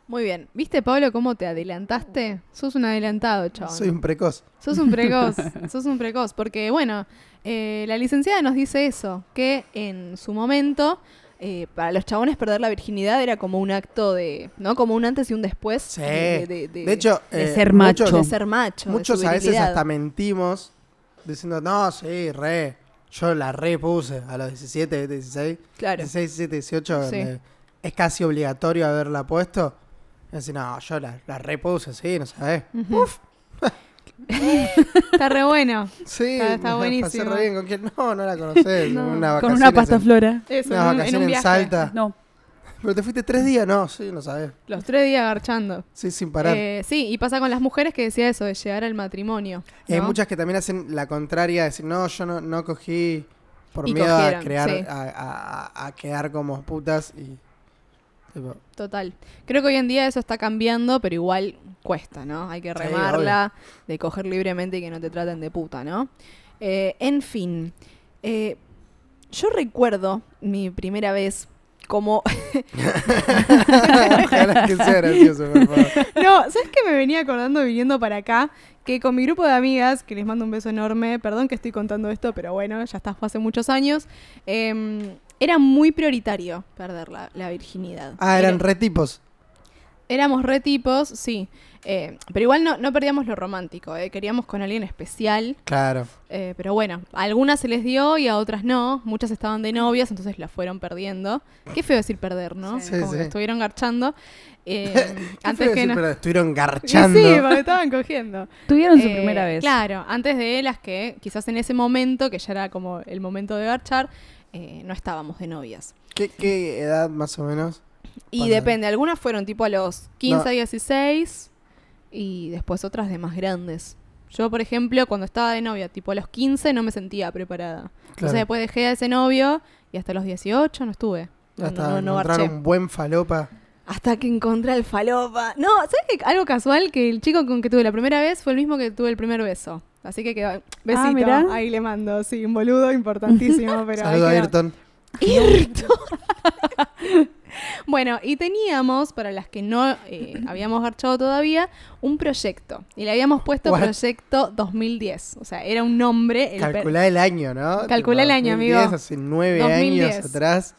Speaker 3: Muy bien. ¿Viste, Pablo, cómo te adelantaste? Sos un adelantado, chabón.
Speaker 5: Soy un precoz.
Speaker 3: Sos un
Speaker 5: <laughs>
Speaker 3: precoz, sos un precoz, porque bueno, eh, la licenciada nos dice eso, que en su momento eh, para los chabones perder la virginidad era como un acto de, ¿no? Como un antes y un después.
Speaker 5: Sí.
Speaker 3: De, de- de-
Speaker 5: De hecho,
Speaker 4: de
Speaker 5: eh,
Speaker 4: ser
Speaker 5: muchos-
Speaker 4: macho.
Speaker 3: de ser macho. de
Speaker 5: Muchos
Speaker 3: su
Speaker 5: a veces
Speaker 3: virilidad.
Speaker 5: hasta mentimos diciendo, no, sí, re. Yo la repuse a los 17, 16.
Speaker 3: Claro.
Speaker 5: 16, 17, 18.
Speaker 3: Sí.
Speaker 5: donde Es casi obligatorio haberla puesto. Y decir, no, yo la, la repuse, sí, no sabés. Uf,
Speaker 3: Está re bueno.
Speaker 5: sí,
Speaker 3: Está- está
Speaker 5: me la
Speaker 3: buenísimo.
Speaker 5: Pasé re bien con quien. No, no la
Speaker 3: <laughs>
Speaker 5: conocés.
Speaker 3: No.
Speaker 5: una
Speaker 4: Con una pasta
Speaker 5: vacaciones
Speaker 4: flora.
Speaker 5: en-
Speaker 3: Eso,
Speaker 5: Una
Speaker 3: en un- en,
Speaker 5: vacación
Speaker 3: un
Speaker 5: en,
Speaker 3: viaje.
Speaker 5: Salta.
Speaker 4: No.
Speaker 5: Pero te fuiste tres días, no, sí, no sabés.
Speaker 3: Los tres días garchando.
Speaker 5: Sí, sin parar.
Speaker 3: Eh, sí, y pasa con las mujeres que decía eso, de llegar al matrimonio.
Speaker 5: Y Hay
Speaker 3: ¿no?
Speaker 5: muchas que también hacen la contraria, decir, no, yo no, no cogí por
Speaker 3: Y
Speaker 5: miedo
Speaker 3: cogieron,
Speaker 5: a crear,
Speaker 3: sí.
Speaker 5: a, a- a- a quedar como putas y... <laughs> tipo,
Speaker 3: Total. Creo que hoy en día eso está cambiando, pero igual cuesta, ¿no? Hay que
Speaker 5: Sí,
Speaker 3: remarla, de coger libremente y que no te traten de puta, ¿no? Eh, en fin, eh, yo recuerdo mi primera vez como... <laughs>
Speaker 5: Ojalá que sea gracioso, por favor.
Speaker 3: no, ¿sabes qué me venía acordando viniendo para acá? Que con mi grupo de amigas, que les mando un beso enorme, perdón que estoy contando esto, pero bueno, ya está, fue hace muchos años, em, era muy prioritario perder la, la virginidad.
Speaker 5: Ah,
Speaker 3: Era-
Speaker 5: eran retipos.
Speaker 3: Éramos re tipos, sí. Eh, pero igual no, no perdíamos lo romántico, ¿eh? queríamos con alguien especial.
Speaker 5: Claro.
Speaker 3: eh, pero bueno, a algunas se les dio y a otras no. Muchas estaban de novias, entonces la fueron perdiendo. Qué feo decir perder, ¿no?
Speaker 5: Sí,
Speaker 3: Como
Speaker 5: sí.
Speaker 3: que estuvieron
Speaker 5: <laughs>
Speaker 3: garchando. eh,
Speaker 5: ¿Qué
Speaker 3: antes
Speaker 5: fue
Speaker 3: que
Speaker 5: decir,
Speaker 3: no.
Speaker 5: pero estuvieron
Speaker 3: Y <laughs>
Speaker 5: garchando.
Speaker 3: sí, porque estaban cogiendo.
Speaker 4: Tuvieron su
Speaker 3: Eh,
Speaker 4: primera vez.
Speaker 3: Claro, antes de las que quizás en ese momento, que ya era como el momento de garchar, eh, no estábamos de novias.
Speaker 5: ¿Qué, qué edad más o menos?
Speaker 3: Y
Speaker 5: Ponele.
Speaker 3: depende, algunas fueron tipo a los 15,
Speaker 5: No.
Speaker 3: 16 y después otras de más grandes. Yo, por ejemplo, cuando estaba de novia, tipo a los 15, no me sentía preparada.
Speaker 5: Claro.
Speaker 3: Entonces después dejé a ese novio y hasta los 18 no estuve. No,
Speaker 5: Hasta
Speaker 3: no, no
Speaker 5: encontrar
Speaker 3: garché.
Speaker 5: un buen falopa.
Speaker 3: Hasta que encontré al falopa. No, ¿sabes qué? Algo casual que el chico con que tuve la primera vez fue el mismo que tuve el primer beso. Así que quedó. Besito.
Speaker 4: mirá.
Speaker 3: ahí le mando. Sí, un boludo
Speaker 5: <laughs>
Speaker 3: importantísimo, pero. ahí
Speaker 5: Saludos a
Speaker 3: quedó.
Speaker 5: Ayrton.
Speaker 3: Bueno, y teníamos, para las que no eh, habíamos garchado todavía, un proyecto. Y le habíamos puesto
Speaker 5: What?
Speaker 3: Proyecto 2010. O sea, era un nombre. el per-
Speaker 5: Calculá el año, ¿no?
Speaker 3: Calculá el año, amigo.
Speaker 5: 2010, Hace nueve
Speaker 3: 2010.
Speaker 5: años atrás.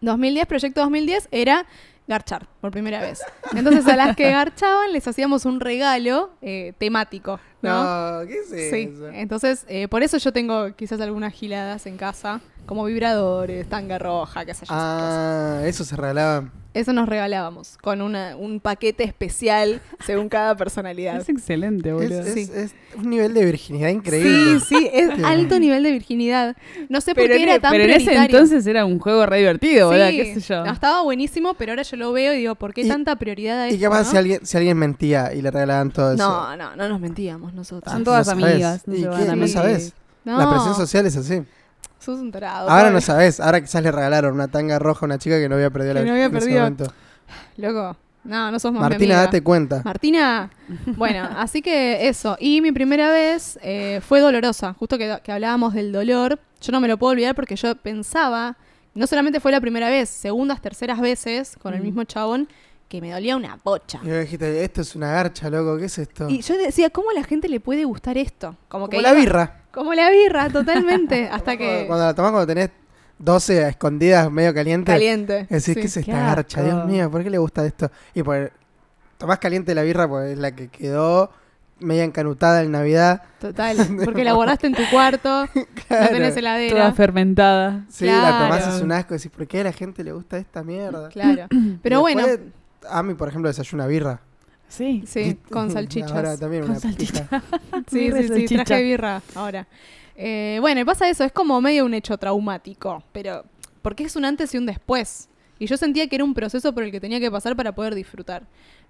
Speaker 3: 2010, Proyecto 2010 era garchar por primera vez. Entonces a <laughs> las que garchaban les hacíamos un regalo eh, temático. ¿no?
Speaker 5: No, ¿qué es
Speaker 3: Sí,
Speaker 5: eso?
Speaker 3: entonces eh, por eso yo tengo quizás algunas giladas en casa, como vibradores, tanga roja, qué sé yo. esas cosas.
Speaker 5: Ah, eso se regalaban.
Speaker 3: Eso nos regalábamos con una, un paquete especial según cada personalidad.
Speaker 4: Es excelente,
Speaker 5: Es,
Speaker 4: boludo.
Speaker 5: es-
Speaker 3: Sí.
Speaker 5: es un nivel de virginidad
Speaker 3: Sí,
Speaker 5: increíble.
Speaker 3: sí, es alto nivel de virginidad. No sé por
Speaker 4: Pero,
Speaker 3: qué era
Speaker 4: en, e-
Speaker 3: tan
Speaker 4: pero en ese
Speaker 3: prioritario.
Speaker 4: entonces era un juego re divertido, ¿verdad?
Speaker 3: Sí.
Speaker 4: ¿Qué sé yo?
Speaker 3: No, estaba buenísimo, pero ahora yo lo veo y digo, ¿por qué
Speaker 5: Y-
Speaker 3: tanta prioridad a
Speaker 5: ¿Y
Speaker 3: esto,
Speaker 5: qué pasa
Speaker 3: no?
Speaker 5: si, alguien, si alguien mentía y le regalaban todo eso?
Speaker 3: No, no, no nos mentíamos nosotros.
Speaker 5: Ah,
Speaker 4: Son todas
Speaker 5: sabés.
Speaker 4: amigas, no
Speaker 5: ¿Y
Speaker 4: se van
Speaker 5: qué?
Speaker 4: a
Speaker 5: No
Speaker 4: mentir.
Speaker 5: sabes.
Speaker 3: No. Ah,
Speaker 5: La presión social es así.
Speaker 3: Sos un tarado.
Speaker 5: Ahora
Speaker 3: Pablo.
Speaker 5: no sabes, ahora quizás le regalaron una tanga roja a una chica que no había perdido
Speaker 3: Que
Speaker 5: la
Speaker 3: no había
Speaker 5: en ese
Speaker 3: perdido.
Speaker 5: momento.
Speaker 3: Loco. No, no sos más mi
Speaker 5: Martina,
Speaker 3: amiga.
Speaker 5: date cuenta.
Speaker 3: Martina, bueno, así que eso. Y mi primera vez eh, fue dolorosa. Justo que, que hablábamos del dolor, yo no me lo puedo olvidar porque yo pensaba, no solamente fue la primera vez, segundas, terceras veces con el mismo chabón, que me dolía una bocha.
Speaker 5: Y vos dijiste, esto es una garcha, loco, ¿qué es esto?
Speaker 3: Y yo decía, ¿cómo a la gente le puede gustar esto? Como, que
Speaker 5: Como la
Speaker 3: iba-
Speaker 5: birra.
Speaker 3: Como la birra,
Speaker 5: <laughs>
Speaker 3: totalmente. hasta que.
Speaker 5: Cuando la tomás cuando tenés 12 a escondidas medio caliente.
Speaker 3: Caliente.
Speaker 5: Decís,
Speaker 3: sí.
Speaker 5: ¿qué es esta
Speaker 4: Qué
Speaker 5: garcha? Dios
Speaker 4: asco.
Speaker 5: mío, ¿por qué le gusta esto? Y por tomás caliente la birra porque es la que quedó media encanutada en Navidad. <laughs>
Speaker 3: Total. Porque la guardaste en tu cuarto, <laughs> no
Speaker 5: Claro.
Speaker 3: tenés
Speaker 4: Toda
Speaker 3: heladera.
Speaker 4: fermentada.
Speaker 5: Sí, la tomás
Speaker 3: Claro.
Speaker 5: es un asco. Decís, ¿por qué a la gente le gusta esta mierda? <clears throat>
Speaker 3: Claro. Pero bueno,
Speaker 5: Después, A mí, por ejemplo, desayuna birra.
Speaker 4: Sí.
Speaker 3: sí,
Speaker 5: <laughs>
Speaker 3: con salchichas.
Speaker 5: Ahora también Ah,
Speaker 4: Con
Speaker 5: una
Speaker 4: salchicha.
Speaker 5: pija.
Speaker 3: Sí,
Speaker 4: Birra y
Speaker 3: sí, sí,
Speaker 4: salchicha.
Speaker 3: traje birra ahora. Eh, bueno, y pasa eso, es como medio un hecho traumático, pero porque es un antes y un después. Y yo sentía que era un proceso por el que tenía que pasar para poder disfrutar.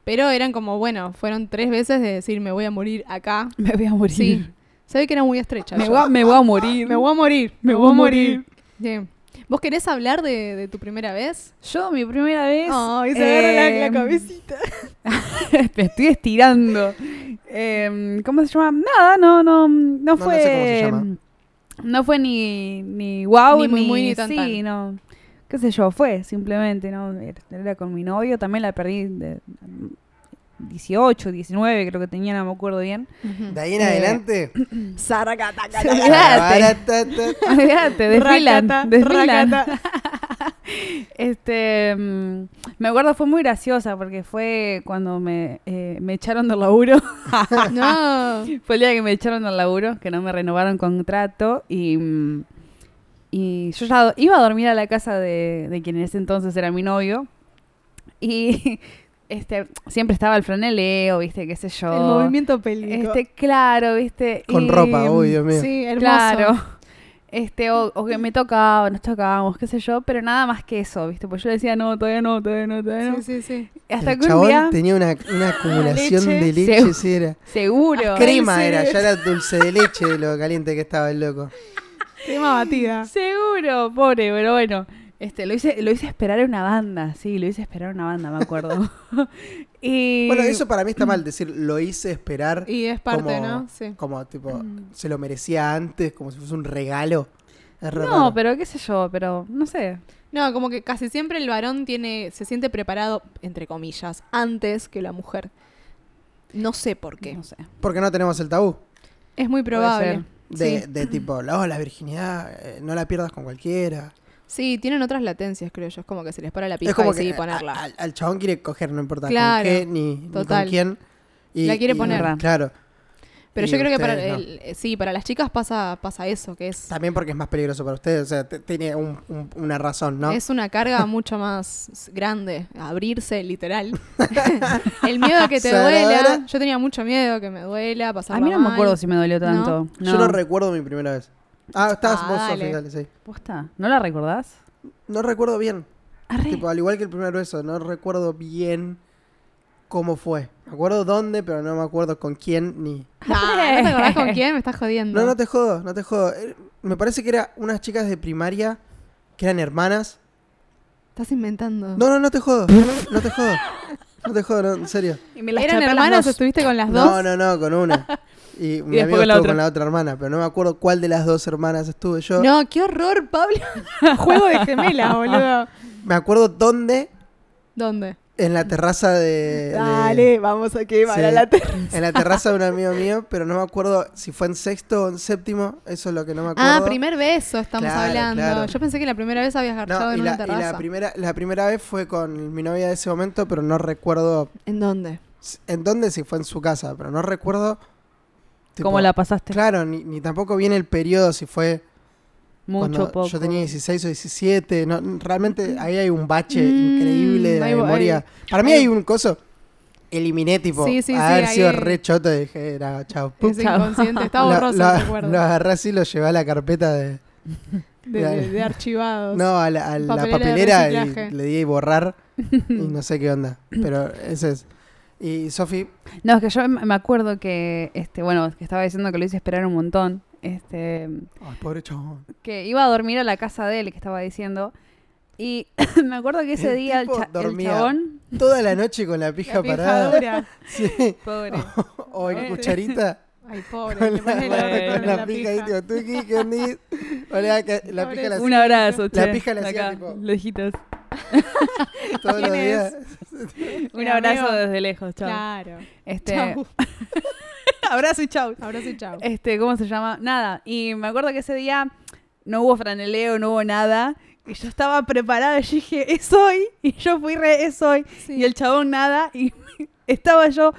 Speaker 3: Pero eran como, bueno, fueron tres veces de decir, me voy a morir acá.
Speaker 4: Me voy a morir.
Speaker 3: Sí, se ve que era muy estrecha.
Speaker 4: Me,
Speaker 3: yo.
Speaker 4: voy a, me voy a morir.
Speaker 3: Me voy a morir.
Speaker 4: Me voy a morir.
Speaker 3: Bien. ¿Vos querés hablar de, de tu primera vez?
Speaker 4: Yo, mi primera vez.
Speaker 3: Ay,
Speaker 4: eh,
Speaker 3: agarra
Speaker 4: <laughs> me estoy estirando. Em, ¿Cómo se llama? Nada, no, no, no
Speaker 5: no sé
Speaker 4: fue. em,
Speaker 5: cómo se llama.
Speaker 4: No fue ni, ni wow,
Speaker 3: Ni
Speaker 4: ni,
Speaker 3: muy, muy, ni tan,
Speaker 4: sí,
Speaker 3: tan.
Speaker 4: no. Qué sé yo, fue simplemente, ¿no? Era- Era con mi novio, también la perdí de 18, 19, creo que tenía, no me acuerdo bien.
Speaker 5: De ahí en
Speaker 3: <laughs>
Speaker 4: Eh,
Speaker 5: adelante. Ah,
Speaker 4: <laughs> Olvídate,
Speaker 5: baratata.
Speaker 3: <laughs>
Speaker 4: olvídate,
Speaker 3: Racata,
Speaker 4: desfilan, desfilan.
Speaker 3: racata.
Speaker 4: Este, mm, me acuerdo fue muy graciosa porque fue cuando me, eh, me echaron del laburo.
Speaker 3: <laughs> No.
Speaker 4: Fue el día que me echaron al laburo, que no me renovaron contrato y, mm, y yo ya do- iba a dormir a la casa de, de quien en ese entonces era mi novio y <laughs> este siempre estaba el franeleo, viste, qué sé yo.
Speaker 3: El movimiento pélvico.
Speaker 4: Este, claro, viste.
Speaker 5: Con
Speaker 4: y,
Speaker 5: ropa, uy,
Speaker 4: mm,
Speaker 5: Dios mío.
Speaker 3: sí, hermoso.
Speaker 4: Claro. Este, o, o que me tocaba, nos tocábamos, qué sé yo, pero nada más que eso, viste, pues yo decía, no, todavía no, todavía no, todavía no.
Speaker 3: Sí, sí, sí.
Speaker 4: Hasta
Speaker 5: el
Speaker 4: que un
Speaker 5: chabón
Speaker 4: día,
Speaker 5: tenía una, una acumulación de
Speaker 4: Leche.
Speaker 5: leche, sí, era.
Speaker 4: seguro.
Speaker 5: Crema era, ya era dulce de leche de lo caliente que estaba el loco.
Speaker 3: Crema batida.
Speaker 4: Seguro, pobre, pero bueno. Este, lo hice, lo hice esperar a una banda, sí, lo hice esperar a una banda, me
Speaker 5: <laughs>
Speaker 4: acuerdo. <laughs> y
Speaker 5: Bueno, eso para mí está mal, decir lo hice esperar.
Speaker 3: mm. Y es parte,
Speaker 5: como,
Speaker 3: ¿no? Sí. Mm.
Speaker 5: Como tipo, se lo merecía antes, como si fuese un regalo. Es re
Speaker 4: No,
Speaker 5: raro.
Speaker 4: pero qué sé yo, pero no sé.
Speaker 3: No, como que casi siempre el varón tiene, se siente preparado, entre comillas, antes que la mujer. No sé por qué.
Speaker 4: No sé.
Speaker 5: Porque no tenemos el tabú.
Speaker 3: Es muy probable.
Speaker 5: De,
Speaker 3: Sí. <clears throat>
Speaker 5: de tipo, no, la virginidad, eh, no la pierdas con cualquiera.
Speaker 3: Sí, tienen otras latencias, creo yo. Es como que se les para la pija
Speaker 5: es como
Speaker 3: y
Speaker 5: que eh,
Speaker 3: sí,
Speaker 5: a-
Speaker 3: ponerla.
Speaker 5: al, al chabón quiere coger, no importa
Speaker 3: Claro,
Speaker 5: con qué ni, ni
Speaker 3: total.
Speaker 5: con quién. Y,
Speaker 3: La quiere
Speaker 5: y-
Speaker 3: poner.
Speaker 5: Claro.
Speaker 3: Pero
Speaker 5: Y
Speaker 3: yo creo que para
Speaker 5: ustedes no.
Speaker 3: el- eh, sí, para las chicas pasa, pasa eso, que es,
Speaker 5: También porque es más peligroso para ustedes, o sea, te- tiene un- un- una razón, ¿no?
Speaker 3: es una carga
Speaker 5: <laughs>
Speaker 3: mucho más s- grande, abrirse, literal. <laughs> el miedo a que te duela.
Speaker 5: Saradora.
Speaker 3: Yo tenía mucho miedo que me duela, pasar
Speaker 4: A mí no me acuerdo si me dolió tanto. No.
Speaker 5: Yo no recuerdo mi primera vez. Ah, estabas
Speaker 3: Ah,
Speaker 5: vos, Sofi,
Speaker 3: dale.
Speaker 5: dale, sí.
Speaker 4: Posta, ¿No la recordás?
Speaker 5: No recuerdo bien.
Speaker 4: Arre.
Speaker 5: Tipo, al igual que el primer beso, no recuerdo bien cómo fue. Me acuerdo dónde, pero no me acuerdo con quién ni.
Speaker 3: <laughs> No, ¿no te acordás con quién? Me estás jodiendo.
Speaker 5: No, no te jodo, no te jodo. Eh, Me parece que eran unas chicas de primaria que eran hermanas.
Speaker 3: Estás inventando.
Speaker 5: No, no, no te jodo. No te jodo. No te jodo, no, en serio.
Speaker 4: Y me
Speaker 3: ¿Eran
Speaker 4: chapé a las
Speaker 3: hermanas?
Speaker 4: dos.
Speaker 3: ¿Estuviste con las dos?
Speaker 5: No, no, no, con una. Y mi
Speaker 4: después
Speaker 5: amigo
Speaker 4: con la
Speaker 5: estuvo
Speaker 4: otra.
Speaker 5: con la otra hermana, pero no me acuerdo cuál de las dos hermanas estuve yo.
Speaker 3: No, qué horror,
Speaker 4: <laughs>
Speaker 3: Pablo. Juego de <laughs> gemela, boludo.
Speaker 5: Me acuerdo dónde,
Speaker 3: ¿Dónde?
Speaker 5: en la terraza de. de-
Speaker 3: vamos a
Speaker 5: Eh, Sí, En la terraza de un amigo mío, pero no me acuerdo si fue en sexto o en séptimo, eso es lo que no me acuerdo.
Speaker 3: Ah, primer beso estamos
Speaker 5: Claro,
Speaker 3: hablando.
Speaker 5: claro.
Speaker 3: Yo pensé que la primera vez habías garchado
Speaker 5: No, y
Speaker 3: en
Speaker 5: la,
Speaker 3: una
Speaker 5: y la
Speaker 3: terraza.
Speaker 5: primera, la primera vez fue con mi novia de ese momento, pero no recuerdo
Speaker 3: ¿En dónde?
Speaker 5: s- en dónde, si fue en su casa, pero no recuerdo. tipo,
Speaker 4: ¿Cómo la pasaste?
Speaker 5: Claro, ni, ni tampoco viene el periodo, si fue
Speaker 4: Mucho
Speaker 5: cuando
Speaker 4: poco.
Speaker 5: yo tenía 16 o 17. no, n- realmente ahí hay un bache
Speaker 3: Mm,
Speaker 5: increíble de la
Speaker 3: ahí voy,
Speaker 5: memoria. Para mí
Speaker 3: ahí-
Speaker 5: hay un coso. Eliminé, tipo,
Speaker 3: Sí, sí, sí,
Speaker 5: haber
Speaker 3: ahí-
Speaker 5: sido re choto, dije, era chao. pum.
Speaker 3: Ese inconsciente,
Speaker 5: <laughs>
Speaker 3: está
Speaker 5: Lo-
Speaker 3: borroso,
Speaker 5: lo-
Speaker 3: el recuerdo.
Speaker 5: Lo agarré así y lo llevé a la carpeta de.
Speaker 3: de,
Speaker 5: la-
Speaker 3: de- de archivados.
Speaker 5: No, a la, a la
Speaker 3: Papelera de
Speaker 5: papelera y
Speaker 3: reciclaje.
Speaker 5: le di borrar
Speaker 3: <laughs>
Speaker 5: y no sé qué onda. Pero ese es. Y Sofi,
Speaker 4: No, es que yo me me acuerdo que, este, bueno, que estaba diciendo que lo hice esperar un montón. Este,
Speaker 5: Ay, pobre chabón.
Speaker 4: que iba a dormir a la casa de él, que estaba diciendo. Y <laughs> me acuerdo que ese
Speaker 5: El
Speaker 4: día el,
Speaker 5: tipo
Speaker 4: cha- el
Speaker 5: dormía.
Speaker 4: chabón.
Speaker 5: Toda la noche con la pija,
Speaker 3: La pija
Speaker 4: <laughs>
Speaker 5: parada.
Speaker 3: dura.
Speaker 5: <laughs> Sí. <laughs>
Speaker 4: Pobre.
Speaker 3: <laughs>
Speaker 5: O en cucharita.
Speaker 3: Ay, pobre.
Speaker 5: con
Speaker 3: le
Speaker 5: la,
Speaker 3: pones el orto
Speaker 5: con
Speaker 3: en
Speaker 5: la
Speaker 3: la
Speaker 5: pija
Speaker 3: pija.
Speaker 5: ahí, tipo, tú qué, qué andís? Olea, que la pija la
Speaker 4: Un
Speaker 5: hacía
Speaker 4: abrazo, che.
Speaker 5: La pija le hacía
Speaker 4: acá,
Speaker 5: tipo-
Speaker 4: lejitos.
Speaker 5: todos los
Speaker 3: ¿quién
Speaker 5: días.
Speaker 4: Un
Speaker 3: Era
Speaker 4: abrazo
Speaker 3: medio-
Speaker 4: desde lejos, chao.
Speaker 3: Claro.
Speaker 4: Este, <laughs>
Speaker 3: Chau.
Speaker 4: abrazo y chau.
Speaker 3: Abrazo y
Speaker 4: <laughs>
Speaker 3: chau.
Speaker 4: Este, ¿cómo se llama? Nada. Y me acuerdo que ese día no hubo franeleo, no hubo nada. Y yo estaba preparada, yo dije, es hoy. Y yo fui re, es hoy.
Speaker 3: Sí.
Speaker 4: Y el chabón nada. Y <laughs> estaba yo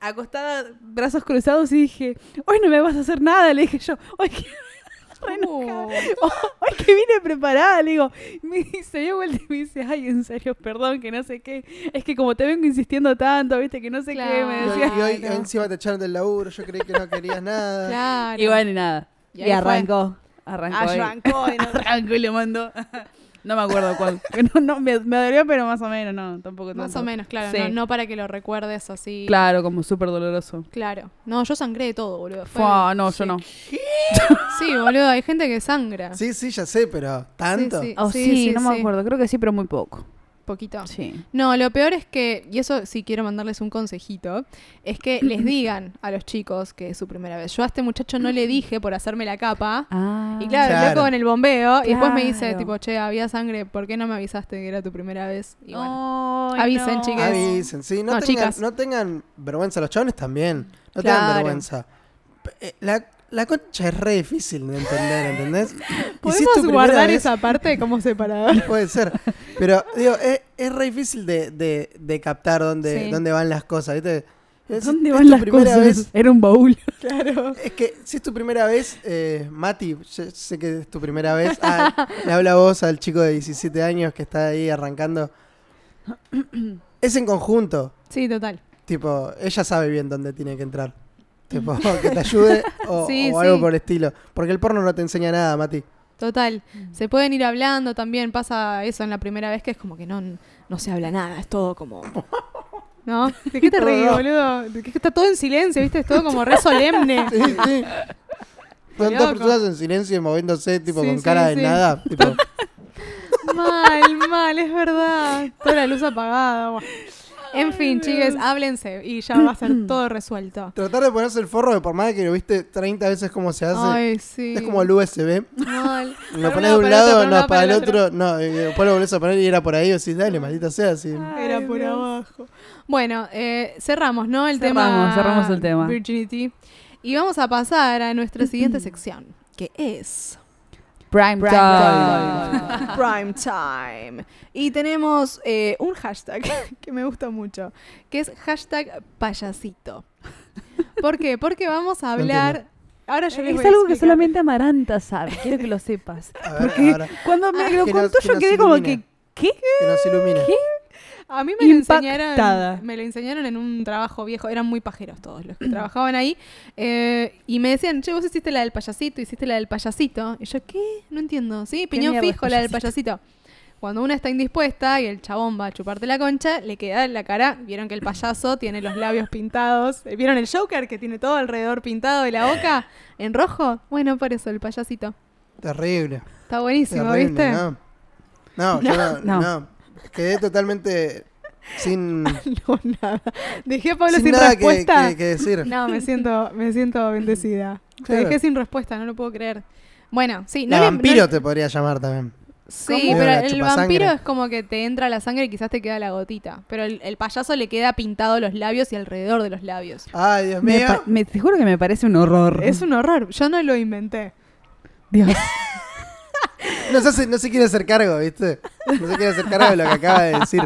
Speaker 4: acostada, brazos cruzados, y dije, hoy no me vas a hacer nada. Le dije yo, hoy que, re enojada.
Speaker 3: Oh.
Speaker 4: <laughs> Hoy que vine preparada, le digo. Y Me dice, dio vuelta y me dice, ay, en serio, perdón, que no sé qué. Es que como te vengo insistiendo tanto, viste, que no sé qué, me
Speaker 5: Y hoy,
Speaker 4: decía.
Speaker 5: y hoy
Speaker 3: Claro.
Speaker 5: encima te echaron del laburo, yo creí que no querías nada.
Speaker 3: Claro.
Speaker 4: Y bueno, y nada.
Speaker 3: Y
Speaker 4: Y,
Speaker 3: ahí fue.
Speaker 4: arrancó. Arrancó. y-
Speaker 3: Arrancó
Speaker 4: <laughs>
Speaker 3: de no-
Speaker 4: arrancó y le mandó. No me acuerdo cuál. Que No, no, me, me dolió, pero más o menos, no, tampoco
Speaker 3: Más
Speaker 4: tanto.
Speaker 3: o menos, claro.
Speaker 4: Sí.
Speaker 3: No, no para que lo recuerdes así.
Speaker 4: Claro, como súper doloroso.
Speaker 3: Claro. No, yo sangré de todo, boludo. Fue-
Speaker 4: Fua, no,
Speaker 3: sí.
Speaker 4: yo no.
Speaker 3: Sí, boludo, hay gente que sangra.
Speaker 5: Sí, sí, ya sé, pero tanto.
Speaker 3: Sí, sí.
Speaker 4: Oh, sí, Oh. no me
Speaker 3: sí.
Speaker 4: acuerdo. Creo que sí, pero muy poco.
Speaker 3: Poquito.
Speaker 4: Sí.
Speaker 3: No, lo peor es que, y eso sí quiero mandarles un consejito, es que
Speaker 4: <clears throat>
Speaker 3: les digan a los chicos que es su primera vez. Yo a este muchacho no le dije por hacerme la capa.
Speaker 4: Ah.
Speaker 3: Y claro,
Speaker 5: Claro.
Speaker 3: el loco en el bombeo. Y después me dice,
Speaker 4: Claro.
Speaker 3: tipo, che, había sangre, ¿por qué no me avisaste que era tu primera vez? Y bueno.
Speaker 4: Ah. Ay,
Speaker 3: Avisen,
Speaker 4: no.
Speaker 3: chicas.
Speaker 5: Avisen, sí, no,
Speaker 3: No,
Speaker 5: tengan,
Speaker 3: chicas.
Speaker 5: no tengan vergüenza. Los chabones también. No tengan
Speaker 3: Claro.
Speaker 5: vergüenza. P- eh, La, la concha es re difícil de entender,
Speaker 3: <laughs>
Speaker 5: ¿entendés? Y si es
Speaker 3: ¿Podemos
Speaker 5: tu primera
Speaker 3: guardar
Speaker 5: vez,
Speaker 3: esa parte como separador?
Speaker 5: Puede ser. Pero, digo, es, es re difícil de, de- de captar dónde,
Speaker 3: Sí.
Speaker 5: dónde van las cosas, ¿viste? Es-
Speaker 4: ¿Dónde
Speaker 5: es
Speaker 4: van
Speaker 5: tu
Speaker 4: las
Speaker 5: primera
Speaker 4: cosas?
Speaker 5: vez-
Speaker 4: Era un baúl.
Speaker 3: claro.
Speaker 5: es que si es tu primera vez, eh, Mati, yo sé que es tu primera vez.
Speaker 3: <laughs>
Speaker 5: Ah, le habla a vos al chico de 17 años que está ahí arrancando. Es en conjunto.
Speaker 3: Sí, total.
Speaker 5: Tipo, ella sabe bien dónde tiene que entrar. Tipo, que te ayude o,
Speaker 3: Sí,
Speaker 5: o algo
Speaker 3: sí.
Speaker 5: por el estilo. Porque el porno no te enseña nada, Mati.
Speaker 3: Total,
Speaker 4: Mm.
Speaker 3: se pueden ir hablando también, pasa eso en la primera vez que es como que no, no se habla nada, es todo como... ¿No? ¿De
Speaker 4: <laughs>
Speaker 3: qué te reís, boludo? ¿De qué está todo en silencio, viste? Es todo como re
Speaker 4: <laughs>
Speaker 3: solemne.
Speaker 5: Sí, sí. Son dos
Speaker 3: loco.
Speaker 5: personas en silencio y moviéndose, tipo,
Speaker 3: Sí,
Speaker 5: con
Speaker 3: sí,
Speaker 5: cara de
Speaker 3: sí.
Speaker 5: nada. Tipo,
Speaker 3: Mal, mal, es verdad. Toda la luz apagada. bueno. En fin, chiques, háblense y ya va a
Speaker 5: <clears throat>
Speaker 3: ser todo resuelto.
Speaker 5: tratar de ponerse el forro de por más que lo viste 30 veces cómo se hace.
Speaker 3: Ay, sí.
Speaker 5: Es como el USB. <laughs>
Speaker 3: Mal. <laughs> Para
Speaker 5: Lo
Speaker 3: un
Speaker 5: pones de
Speaker 3: para
Speaker 5: un
Speaker 3: otro,
Speaker 5: lado,
Speaker 3: para un
Speaker 5: no, para el
Speaker 3: otro.
Speaker 5: otro, no. Y después lo volvés a poner y era por ahí. Y decís, dale, maldita sea. así.
Speaker 3: Era por abajo. Bueno, eh, cerramos, ¿no? El tema.
Speaker 4: Cerramos, cerramos el tema.
Speaker 3: Virginity. Y vamos a pasar a nuestra
Speaker 5: <clears throat>
Speaker 3: siguiente sección, que es.
Speaker 4: Prime, Prime
Speaker 3: <laughs>
Speaker 4: Ah,
Speaker 3: Prime Time. Y tenemos eh, un hashtag <laughs> que me gusta mucho, que es hashtag payasito. ¿Por qué? Porque vamos a
Speaker 5: No
Speaker 3: hablar. Ahora yo les
Speaker 4: Es
Speaker 3: voy a
Speaker 4: algo que
Speaker 3: explicar.
Speaker 4: solamente Amaranta sabe. Quiero que lo sepas.
Speaker 5: A ver,
Speaker 4: Porque
Speaker 5: ahora, Ah,
Speaker 4: cuando me lo
Speaker 5: que nos-
Speaker 4: contó
Speaker 5: que
Speaker 4: yo
Speaker 5: nos
Speaker 4: quedé como que,
Speaker 5: ilumine.
Speaker 4: ¿qué?
Speaker 5: que nos ilumina.
Speaker 4: ¿Qué?
Speaker 3: A mí me lo,
Speaker 4: Impactada.
Speaker 3: enseñaron, me lo enseñaron en un trabajo viejo, eran muy pajeros todos los que trabajaban ahí, eh, y me decían, che, vos hiciste la del payasito, hiciste la del payasito. Y yo, ¿qué? No entiendo. Sí, piñón
Speaker 4: mierda es
Speaker 3: fijo, la del payasito. Cuando una está indispuesta y el chabón va a chuparte la concha, le queda en la cara, vieron que el payaso tiene los labios pintados, Eh, vieron el Joker que tiene todo alrededor pintado de la boca en rojo. Bueno, por eso el payasito.
Speaker 5: Terrible.
Speaker 3: Está buenísimo,
Speaker 5: Terrible,
Speaker 3: ¿viste?
Speaker 5: No, no, yo no,
Speaker 4: No.
Speaker 5: no. Quedé totalmente
Speaker 3: <laughs> <laughs>
Speaker 5: sin,
Speaker 3: No, nada. Dejé a Pablo
Speaker 5: sin
Speaker 3: sin,
Speaker 5: nada que,
Speaker 3: respuesta.
Speaker 5: que- que decir.
Speaker 3: No, me siento, me siento bendecida. Te
Speaker 5: Claro.
Speaker 3: dejé sin respuesta, no lo puedo creer. Bueno, sí, no
Speaker 5: la
Speaker 3: le-
Speaker 5: vampiro
Speaker 3: no-
Speaker 5: te podría llamar también.
Speaker 3: Sí,
Speaker 5: ¿Cómo?
Speaker 3: pero
Speaker 5: La
Speaker 3: el
Speaker 5: chupasangre.
Speaker 3: vampiro es como que te entra la sangre y quizás te queda la gotita. Pero el, el payaso le queda pintado los labios y alrededor de los labios.
Speaker 5: Ay, Dios
Speaker 4: Me,
Speaker 5: mío.
Speaker 4: pa- me- te juro que me parece un horror.
Speaker 3: Es un horror, yo no lo inventé.
Speaker 4: <laughs> Dios.
Speaker 5: No se, hace- no se quiere hacer cargo, ¿viste? No se quiere hacer cargo de lo que acaba de decir.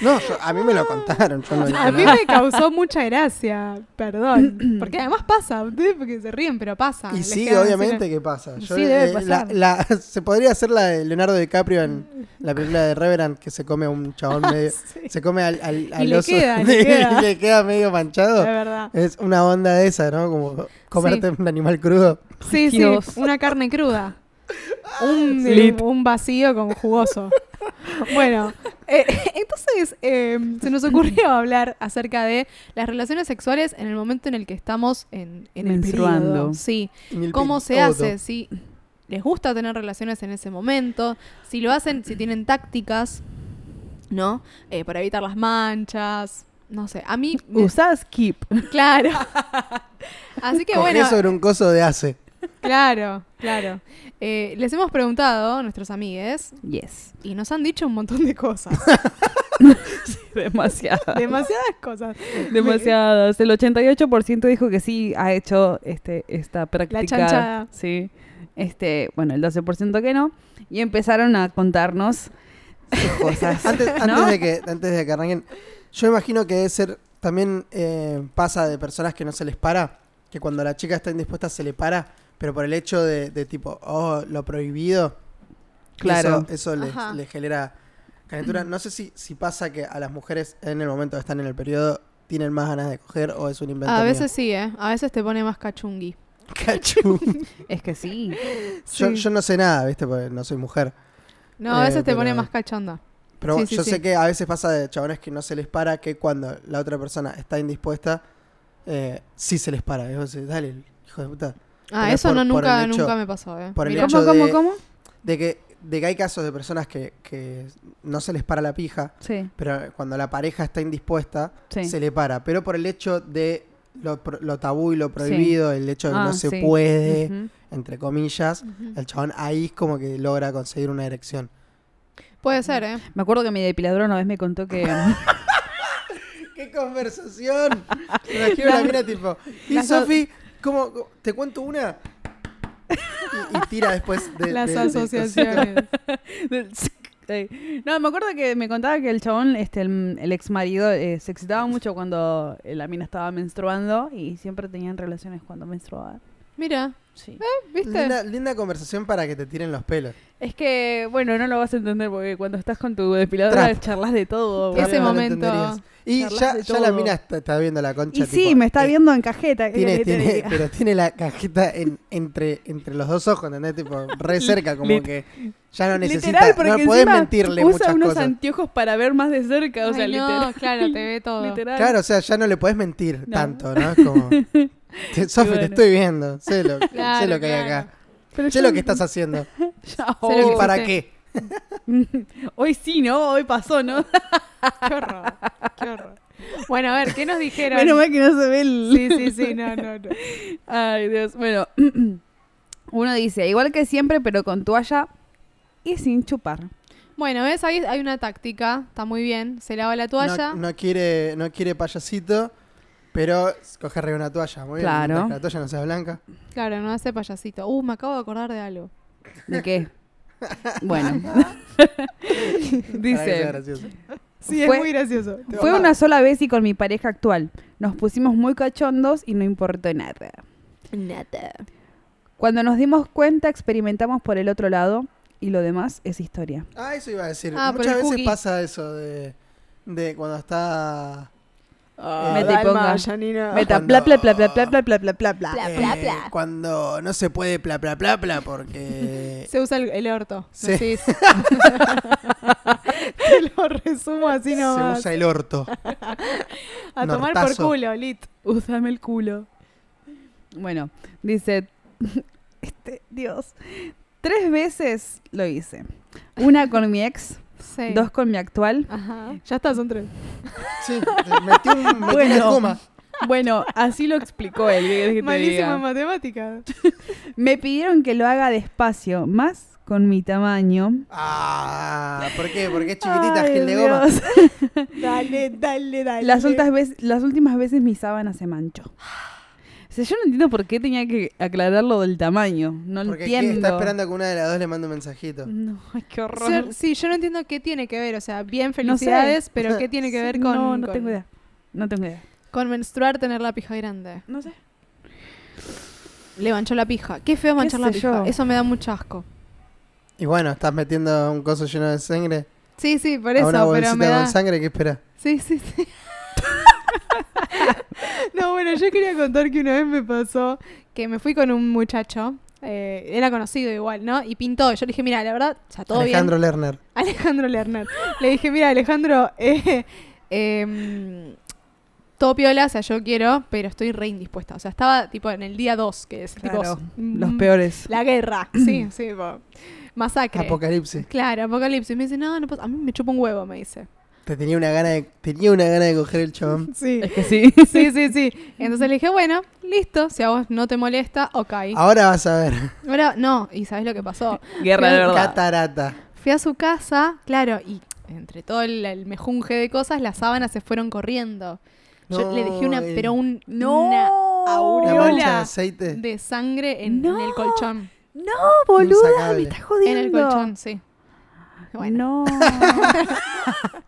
Speaker 5: No, yo- a mí me lo contaron. Yo no dije
Speaker 3: A mí
Speaker 5: nada.
Speaker 3: me <laughs> causó mucha gracia, perdón.
Speaker 5: <clears throat>
Speaker 3: Porque además pasa, ustedes porque se ríen, pero pasa.
Speaker 5: Y
Speaker 3: Ah, les
Speaker 5: sí,
Speaker 3: quedan así
Speaker 5: obviamente
Speaker 3: los-
Speaker 5: que pasa. Yo,
Speaker 3: Sí, debe
Speaker 5: la-
Speaker 3: pasar.
Speaker 5: la- <laughs> se podría hacer la de Leonardo DiCaprio en la película de Reverend, que se come a un
Speaker 3: <laughs>
Speaker 5: chabón medio. Se come al, al, al
Speaker 3: le
Speaker 5: oso <laughs>
Speaker 3: queda, le queda.
Speaker 5: y le queda medio manchado.
Speaker 3: De verdad.
Speaker 5: Es una onda de esa, ¿no? Como comerte un animal crudo.
Speaker 3: Sí, sí,
Speaker 4: Dios.
Speaker 5: <laughs>
Speaker 3: una carne cruda. Un,
Speaker 4: Lit.
Speaker 3: un vacío con jugoso. Bueno, eh, <laughs> entonces eh, se nos
Speaker 5: <laughs>
Speaker 3: ocurrió hablar acerca de las relaciones sexuales en el momento en el que estamos en, en el
Speaker 4: Menstruando.
Speaker 3: periodo. Sí.
Speaker 5: En el
Speaker 3: ¿Cómo se
Speaker 5: periodo.
Speaker 3: hace? Si les gusta tener relaciones en ese momento, si lo hacen, si tienen tácticas, ¿no? Eh, para evitar las manchas, no sé. A mí, me-
Speaker 4: Usás Keep.
Speaker 3: <laughs>
Speaker 5: <laughs>
Speaker 3: claro. Así que
Speaker 5: Cogés
Speaker 3: bueno.
Speaker 5: sobre un coso de hace.
Speaker 3: Claro, claro. Eh, les hemos preguntado a nuestros amigues
Speaker 4: Yes.
Speaker 3: y nos han dicho un montón de
Speaker 5: <laughs>
Speaker 3: cosas.
Speaker 4: <laughs> Demasiada. <laughs>
Speaker 3: demasiadas cosas.
Speaker 4: Demasiadas. El 88% dijo que sí ha hecho este, esta práctica.
Speaker 3: chanchada.
Speaker 4: Sí. Este, bueno, el 12% que no. Y empezaron a contarnos sus cosas.
Speaker 5: Antes,
Speaker 4: ¿no?
Speaker 5: antes de que, antes de que arranquen, yo imagino que debe ser. También eh, pasa de personas que no se les para, que cuando la chica está indispuesta se le para, pero por el hecho de, de tipo, oh, lo prohibido.
Speaker 4: Claro.
Speaker 5: Eso, eso les,
Speaker 3: Ajá.
Speaker 5: les genera calentura. No sé si, si pasa que a las mujeres en el momento que están en el periodo tienen más ganas de coger o es un invento.
Speaker 3: A
Speaker 5: mío.
Speaker 3: veces sí, ¿eh? A veces te pone más cachungui.
Speaker 5: <laughs> Cachú.
Speaker 4: Es que sí.
Speaker 5: yo,
Speaker 3: Sí.
Speaker 5: yo no sé nada, ¿viste? Porque no soy mujer.
Speaker 3: No, a
Speaker 5: Eh,
Speaker 3: veces te pone
Speaker 5: pero-
Speaker 3: más cachonda.
Speaker 5: Pero
Speaker 3: Sí, sí,
Speaker 5: yo
Speaker 3: sí.
Speaker 5: sé que a veces pasa de chabones que no se les para que cuando la otra persona está indispuesta, eh, sí se les para. Y vos decís, dale, hijo de puta.
Speaker 3: Ah,
Speaker 5: Pero
Speaker 3: eso
Speaker 5: por-
Speaker 3: no,
Speaker 5: por
Speaker 3: nunca,
Speaker 5: el hecho-
Speaker 3: nunca me pasó, ¿eh?
Speaker 5: por el
Speaker 3: Mirá.
Speaker 5: hecho-
Speaker 4: ¿Cómo, cómo,
Speaker 5: de-
Speaker 4: cómo?
Speaker 5: De que, de que hay casos de personas que, que no se les para la pija,
Speaker 4: Sí.
Speaker 5: pero cuando la pareja está indispuesta,
Speaker 4: Sí.
Speaker 5: se le para. Pero por el hecho de lo, pro- lo tabú y lo prohibido, el hecho de que
Speaker 4: Ah,
Speaker 5: no se
Speaker 4: sí.
Speaker 5: puede,
Speaker 4: Ujú.
Speaker 5: entre comillas, el chabón ahí es como que logra conseguir una erección.
Speaker 3: Puede ser, ¿eh?
Speaker 4: Me acuerdo que mi depiladora una vez me contó <laughs> que.
Speaker 5: ¡Qué conversación! Me imagino la mina tipo, y
Speaker 3: las-
Speaker 5: Sofi, ¿cómo, cómo- te cuento una? Y, y tira después de...
Speaker 3: Las
Speaker 5: de- de-
Speaker 3: asociaciones.
Speaker 4: del Sí. No, me acuerdo que me contaba que el chabón, este, el, ex marido, eh, se excitaba mucho cuando eh, la mina estaba menstruando y siempre tenían relaciones cuando menstruaba.
Speaker 3: Mira,
Speaker 4: Sí.
Speaker 3: ¿viste?
Speaker 5: linda, linda conversación para que te tiren los pelos.
Speaker 4: Eh. Es que, bueno, no lo vas a entender porque cuando estás con tu depiladora
Speaker 5: Trap.
Speaker 4: charlas de todo.
Speaker 3: Ese
Speaker 5: No
Speaker 4: boludo.
Speaker 5: lo
Speaker 3: momento.
Speaker 5: entenderías. Y
Speaker 4: Charlas
Speaker 5: ya,
Speaker 4: de
Speaker 5: ya la
Speaker 4: todo.
Speaker 5: mina está, está viendo la concha.
Speaker 4: Y sí,
Speaker 5: tipo,
Speaker 4: me está
Speaker 5: eh,
Speaker 4: viendo en cajeta. ¿qué
Speaker 5: Tiene,
Speaker 4: querés que te
Speaker 5: tiene,
Speaker 4: diga?
Speaker 5: pero tiene la cajita en- entre, entre los dos ojos, ¿entendés? Tipo, re cerca, como
Speaker 4: Lit-
Speaker 5: que ya no
Speaker 4: <laughs>
Speaker 5: necesita.
Speaker 4: Literal, porque
Speaker 5: no podés
Speaker 4: encima
Speaker 5: mentirle
Speaker 4: usa
Speaker 5: muchas
Speaker 4: unos
Speaker 5: cosas.
Speaker 4: anteojos para ver más de cerca, o sea,
Speaker 3: Ay, no,
Speaker 4: literal.
Speaker 3: claro, te ve todo.
Speaker 4: literal.
Speaker 5: Claro, o sea, ya no le podés mentir
Speaker 4: No.
Speaker 5: tanto, ¿no?
Speaker 3: <laughs>
Speaker 5: Es como. te- Sofi,
Speaker 4: bueno.
Speaker 5: te estoy viendo. Sé lo,
Speaker 3: Claro,
Speaker 5: sé lo que hay
Speaker 3: claro.
Speaker 5: acá. Sé lo que estás haciendo.
Speaker 4: Ya,
Speaker 3: <laughs> Sé lo
Speaker 5: ¿Y
Speaker 3: que
Speaker 4: hoy,
Speaker 5: para
Speaker 3: hiciste.
Speaker 5: qué?
Speaker 4: hoy sí, ¿no? Hoy pasó,
Speaker 5: <laughs>
Speaker 4: ¿no?
Speaker 3: Qué horror, qué horror. Bueno, a ver, ¿qué nos dijeron?
Speaker 4: Menos mal que no se ve el...
Speaker 3: Sí, sí, sí,
Speaker 4: <laughs>
Speaker 3: no, no,
Speaker 5: <laughs>
Speaker 3: no.
Speaker 4: Ay, Dios. Bueno, <clears throat> uno dice, igual que siempre, pero con toalla y sin chupar.
Speaker 3: Bueno, ¿ves? Ahí hay una táctica, está muy bien. Se lava la toalla.
Speaker 5: No, no quiere, no quiere payasito, pero coge arriba una toalla. Muy bien.
Speaker 4: Claro.
Speaker 5: mientras que La toalla no sea blanca.
Speaker 3: Claro, no hace payasito. Uh, me acabo de acordar de algo.
Speaker 4: ¿De qué? Bueno.
Speaker 5: Para que sea
Speaker 4: dice,
Speaker 5: gracioso.
Speaker 3: Sí,
Speaker 4: es Fue- muy
Speaker 3: gracioso.
Speaker 4: fue una sola vez y con mi pareja actual. Nos pusimos muy cachondos y no importó nada.
Speaker 2: Nada.
Speaker 4: Cuando nos dimos cuenta, experimentamos por el otro lado y lo demás es historia.
Speaker 5: Ah, eso iba a decir.
Speaker 3: Ah, por el
Speaker 5: Muchas veces
Speaker 3: cookie.
Speaker 5: pasa eso de, de cuando está. eh,
Speaker 4: me te ponga. Meta,
Speaker 5: Cuando-
Speaker 4: bla, bla, bla, bla, bla, bla, bla, bla, bla, bla.
Speaker 2: Bla,
Speaker 5: eh,
Speaker 2: bla, bla.
Speaker 5: Cuando no se puede pla pla pla
Speaker 3: <laughs>
Speaker 5: pla porque.
Speaker 3: Se usa el, el orto.
Speaker 5: Sí.
Speaker 3: Sí.
Speaker 5: <laughs>
Speaker 3: Te lo resumo así nomás.
Speaker 5: se usa el orto.
Speaker 3: A tomar por
Speaker 5: nortazo.
Speaker 3: culo, Lit.
Speaker 4: <laughs> Úsame el culo. Bueno, dice, <laughs> este, Dios, tres veces lo hice. Una con mi ex,
Speaker 3: Sí.
Speaker 4: dos con mi actual.
Speaker 3: <laughs> Ajá. Ya está, son tres.
Speaker 5: Sí, metí, un, metí una
Speaker 4: Bueno.
Speaker 5: coma.
Speaker 4: Bueno, así lo explicó él. ¿qué querés que te
Speaker 3: Malísima
Speaker 4: diga?
Speaker 3: en matemática.
Speaker 4: Me pidieron que lo haga despacio, más con mi tamaño.
Speaker 5: Ah, ¿por qué? Porque es chiquitita,
Speaker 4: Ay,
Speaker 5: gel de goma.
Speaker 4: Dios.
Speaker 3: <laughs> Dale, dale, dale.
Speaker 4: Las, ultas vez- las últimas veces mi sábana se manchó. O sea, yo no entiendo por qué tenía que aclarar lo del tamaño. No
Speaker 5: Porque ¿qué?
Speaker 4: entiendo.
Speaker 5: está esperando que una de las dos le mande un mensajito.
Speaker 4: No, ay, qué horror.
Speaker 3: Ser- sí, yo no entiendo qué tiene que ver. O sea, bien
Speaker 4: No sé.
Speaker 3: felicidades, pero
Speaker 4: <laughs>
Speaker 3: qué tiene que
Speaker 4: Sí,
Speaker 3: ver con,
Speaker 4: No, no
Speaker 3: con-
Speaker 4: tengo idea. No tengo idea.
Speaker 3: con menstruar, tener la pija grande.
Speaker 4: No sé.
Speaker 3: Le manchó la pija. Qué feo manchar la
Speaker 4: sé
Speaker 3: pija.
Speaker 4: yo?
Speaker 3: Eso me da mucho asco.
Speaker 5: Y bueno, estás metiendo un coso lleno de sangre
Speaker 3: Sí, sí, por
Speaker 5: a
Speaker 3: eso,
Speaker 5: una
Speaker 3: pero me
Speaker 5: bolsita
Speaker 3: da...
Speaker 5: con sangre, ¿qué esperas?
Speaker 3: Sí, sí, sí. <laughs> no, bueno, yo quería contar que una vez me pasó que me fui con un muchacho Eh, era conocido igual, ¿no? Y pintó. Yo le dije, mira, la verdad, ya todo
Speaker 5: Alejandro
Speaker 3: bien.
Speaker 5: Lerner.
Speaker 3: <laughs> Alejandro Lerner. Le dije, mira, Alejandro, eh, em, todo piola, o sea, yo quiero, pero estoy re indispuesta. O sea, estaba tipo en el día 2, que es tipo,
Speaker 4: Claro,
Speaker 3: mm,
Speaker 4: los peores.
Speaker 3: La
Speaker 4: <clears throat>
Speaker 3: guerra, sí, sí, tipo, masacre.
Speaker 5: Apocalipsis.
Speaker 3: Claro, apocalipsis. Me dice, no, no pasa- a mí me chupa un huevo, me dice.
Speaker 5: Te tenía una gana de, tenía una gana de coger
Speaker 3: <laughs>
Speaker 5: el chabón.
Speaker 3: Sí.
Speaker 4: Es que sí.
Speaker 5: <laughs>
Speaker 3: Sí, sí, sí. Entonces le dije, bueno, listo, si a vos no te molesta, ok.
Speaker 5: Ahora vas a ver.
Speaker 3: Ahora, no, y sabés lo que pasó.
Speaker 4: Guerra de verdad.
Speaker 5: Catarata.
Speaker 3: Fui a su casa, claro, y entre todo el, el mejunje de cosas, las sábanas se fueron corriendo. Yo
Speaker 5: No,
Speaker 3: le dejé una,
Speaker 5: el-
Speaker 3: pero un, una
Speaker 5: Una
Speaker 3: aureola
Speaker 5: mancha de aceite.
Speaker 3: de sangre en,
Speaker 4: No.
Speaker 3: en el colchón.
Speaker 4: No, boluda,
Speaker 5: Insacable.
Speaker 4: me estás jodiendo.
Speaker 3: En el colchón, sí. Bueno,
Speaker 4: No. <laughs>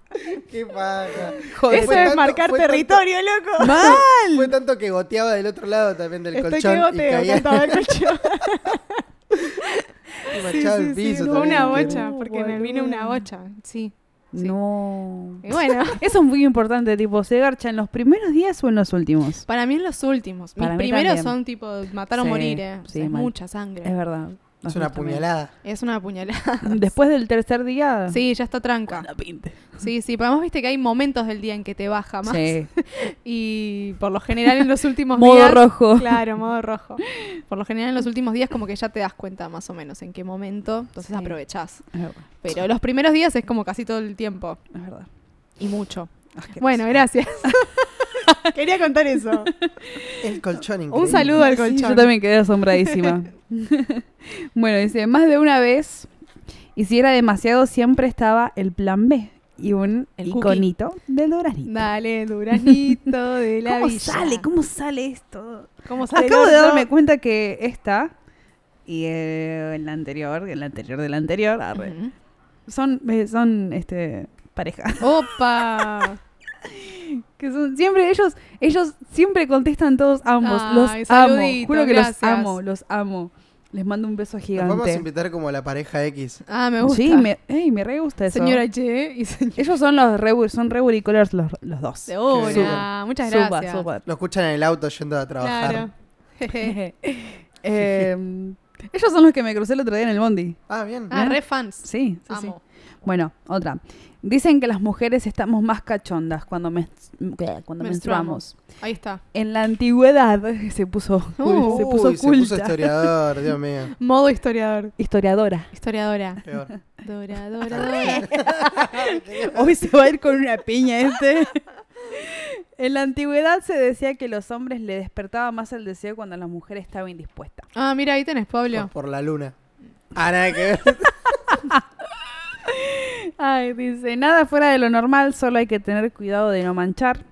Speaker 5: Qué paja.
Speaker 3: eso
Speaker 5: Fue
Speaker 3: es
Speaker 5: tanto-
Speaker 3: marcar
Speaker 5: fue tanto-
Speaker 3: territorio,
Speaker 5: <laughs>
Speaker 3: loco.
Speaker 4: ¡Mal!
Speaker 5: Fue tanto que goteaba del otro lado también del
Speaker 3: Estoy que
Speaker 5: colchón y
Speaker 3: goteo,
Speaker 5: caía
Speaker 3: cantaba el colchón.
Speaker 5: <laughs> y
Speaker 3: Sí,
Speaker 5: manchaba
Speaker 3: sí,
Speaker 5: el
Speaker 3: sí,
Speaker 5: piso.
Speaker 3: fue una
Speaker 5: también, que-
Speaker 3: bocha, porque me vino una bocha, sí. Sí.
Speaker 4: No.
Speaker 3: Y bueno,
Speaker 4: <laughs> Eso es muy importante, tipo, ¿se garcha en los primeros días o en los últimos?
Speaker 3: para mí en los últimos. Mis
Speaker 4: Para mí
Speaker 3: primeros
Speaker 4: también.
Speaker 3: son tipo matar o
Speaker 4: Sí,
Speaker 3: morir, eh. O
Speaker 4: sí,
Speaker 3: sea, es
Speaker 4: mal.
Speaker 3: mucha sangre.
Speaker 4: Es verdad.
Speaker 5: Es una puñalada.
Speaker 3: Es una puñalada.
Speaker 4: <laughs> Después del tercer día.
Speaker 3: Sí, ya está tranca.
Speaker 4: La pinte.
Speaker 3: Sí, sí, pero además viste que hay momentos del día en que te baja más.
Speaker 4: Sí.
Speaker 3: <laughs> Y por lo general en los últimos
Speaker 4: Modo
Speaker 3: días.
Speaker 4: rojo.
Speaker 3: <laughs> Claro, modo rojo. Por lo general en los últimos días, como que ya te das cuenta más o menos en qué momento. Entonces
Speaker 4: Sí.
Speaker 3: aprovechás.
Speaker 4: Es verdad.
Speaker 3: Pero los primeros días es como casi todo el tiempo.
Speaker 4: Es verdad.
Speaker 3: Y mucho. Bueno, gracias. Quería contar eso.
Speaker 5: El colchón increíble.
Speaker 3: Un saludo <laughs> al
Speaker 4: Sí,
Speaker 3: colchón.
Speaker 4: yo también quedé asombradísima. <laughs> bueno, dice, más de una vez, y si era demasiado, siempre estaba el plan B y un
Speaker 3: El cookie.
Speaker 4: iconito del duranito.
Speaker 3: Dale, Duranito de la
Speaker 4: ¿Cómo
Speaker 3: villa.
Speaker 4: sale? ¿Cómo sale esto?
Speaker 3: ¿Cómo sale el
Speaker 4: Acabo de
Speaker 3: orto?
Speaker 4: darme cuenta que esta y eh, el anterior, el anterior del anterior, arre,
Speaker 3: Ujú.
Speaker 4: son, eh, son este, pareja. <laughs>
Speaker 3: ¡Opa!
Speaker 4: Que son siempre ellos, ellos siempre contestan todos ambos.
Speaker 3: Ay,
Speaker 4: los amo.
Speaker 3: saludito,
Speaker 4: Juro que
Speaker 3: gracias.
Speaker 4: los amo, los amo. Les mando un beso
Speaker 5: Nos vamos a
Speaker 4: gigante.
Speaker 5: invitar como la pareja X.
Speaker 3: Ah, me gusta.
Speaker 4: Sí, me, ey, me re gusta eso.
Speaker 3: Señora Che y <laughs> señor.
Speaker 4: Ellos son los re, son re buricolors los, los dos.
Speaker 3: De una.
Speaker 5: Suba,
Speaker 3: Muchas
Speaker 4: Suba,
Speaker 3: gracias. <laughs>
Speaker 4: suba. <laughs>
Speaker 5: Lo escuchan en el auto yendo a trabajar.
Speaker 3: Claro. Jeje.
Speaker 4: Eh, ellos son los que me crucé el otro día en el bondi.
Speaker 5: Ah, bien.
Speaker 3: ah, re fans.
Speaker 4: Sí, sí, sí.
Speaker 3: Amo.
Speaker 4: Bueno, otra. Dicen que las mujeres estamos más cachondas cuando, mens- bleh, cuando menstruamos.
Speaker 3: Menstruamos. Ahí está.
Speaker 4: En la antigüedad <laughs> se puso,
Speaker 3: Uh,
Speaker 4: se puso
Speaker 5: Uy, se
Speaker 4: culta.
Speaker 5: puso historiador,
Speaker 4: <laughs>
Speaker 5: Dios mío.
Speaker 3: Modo historiador.
Speaker 4: Historiadora.
Speaker 3: Historiadora.
Speaker 5: Peor.
Speaker 3: Dora, dora, dora.
Speaker 4: <laughs> Hoy se va a ir con una piña este. en la antigüedad se decía que los hombres le despertaba más el deseo cuando la mujer estaba indispuesta.
Speaker 3: Ah, mira, ahí tenés,
Speaker 5: Por,
Speaker 3: Pablo.
Speaker 5: por la luna. Ah, nada que ver.
Speaker 4: <laughs> Ay, dice, nada fuera de lo normal, solo hay que tener cuidado de no manchar.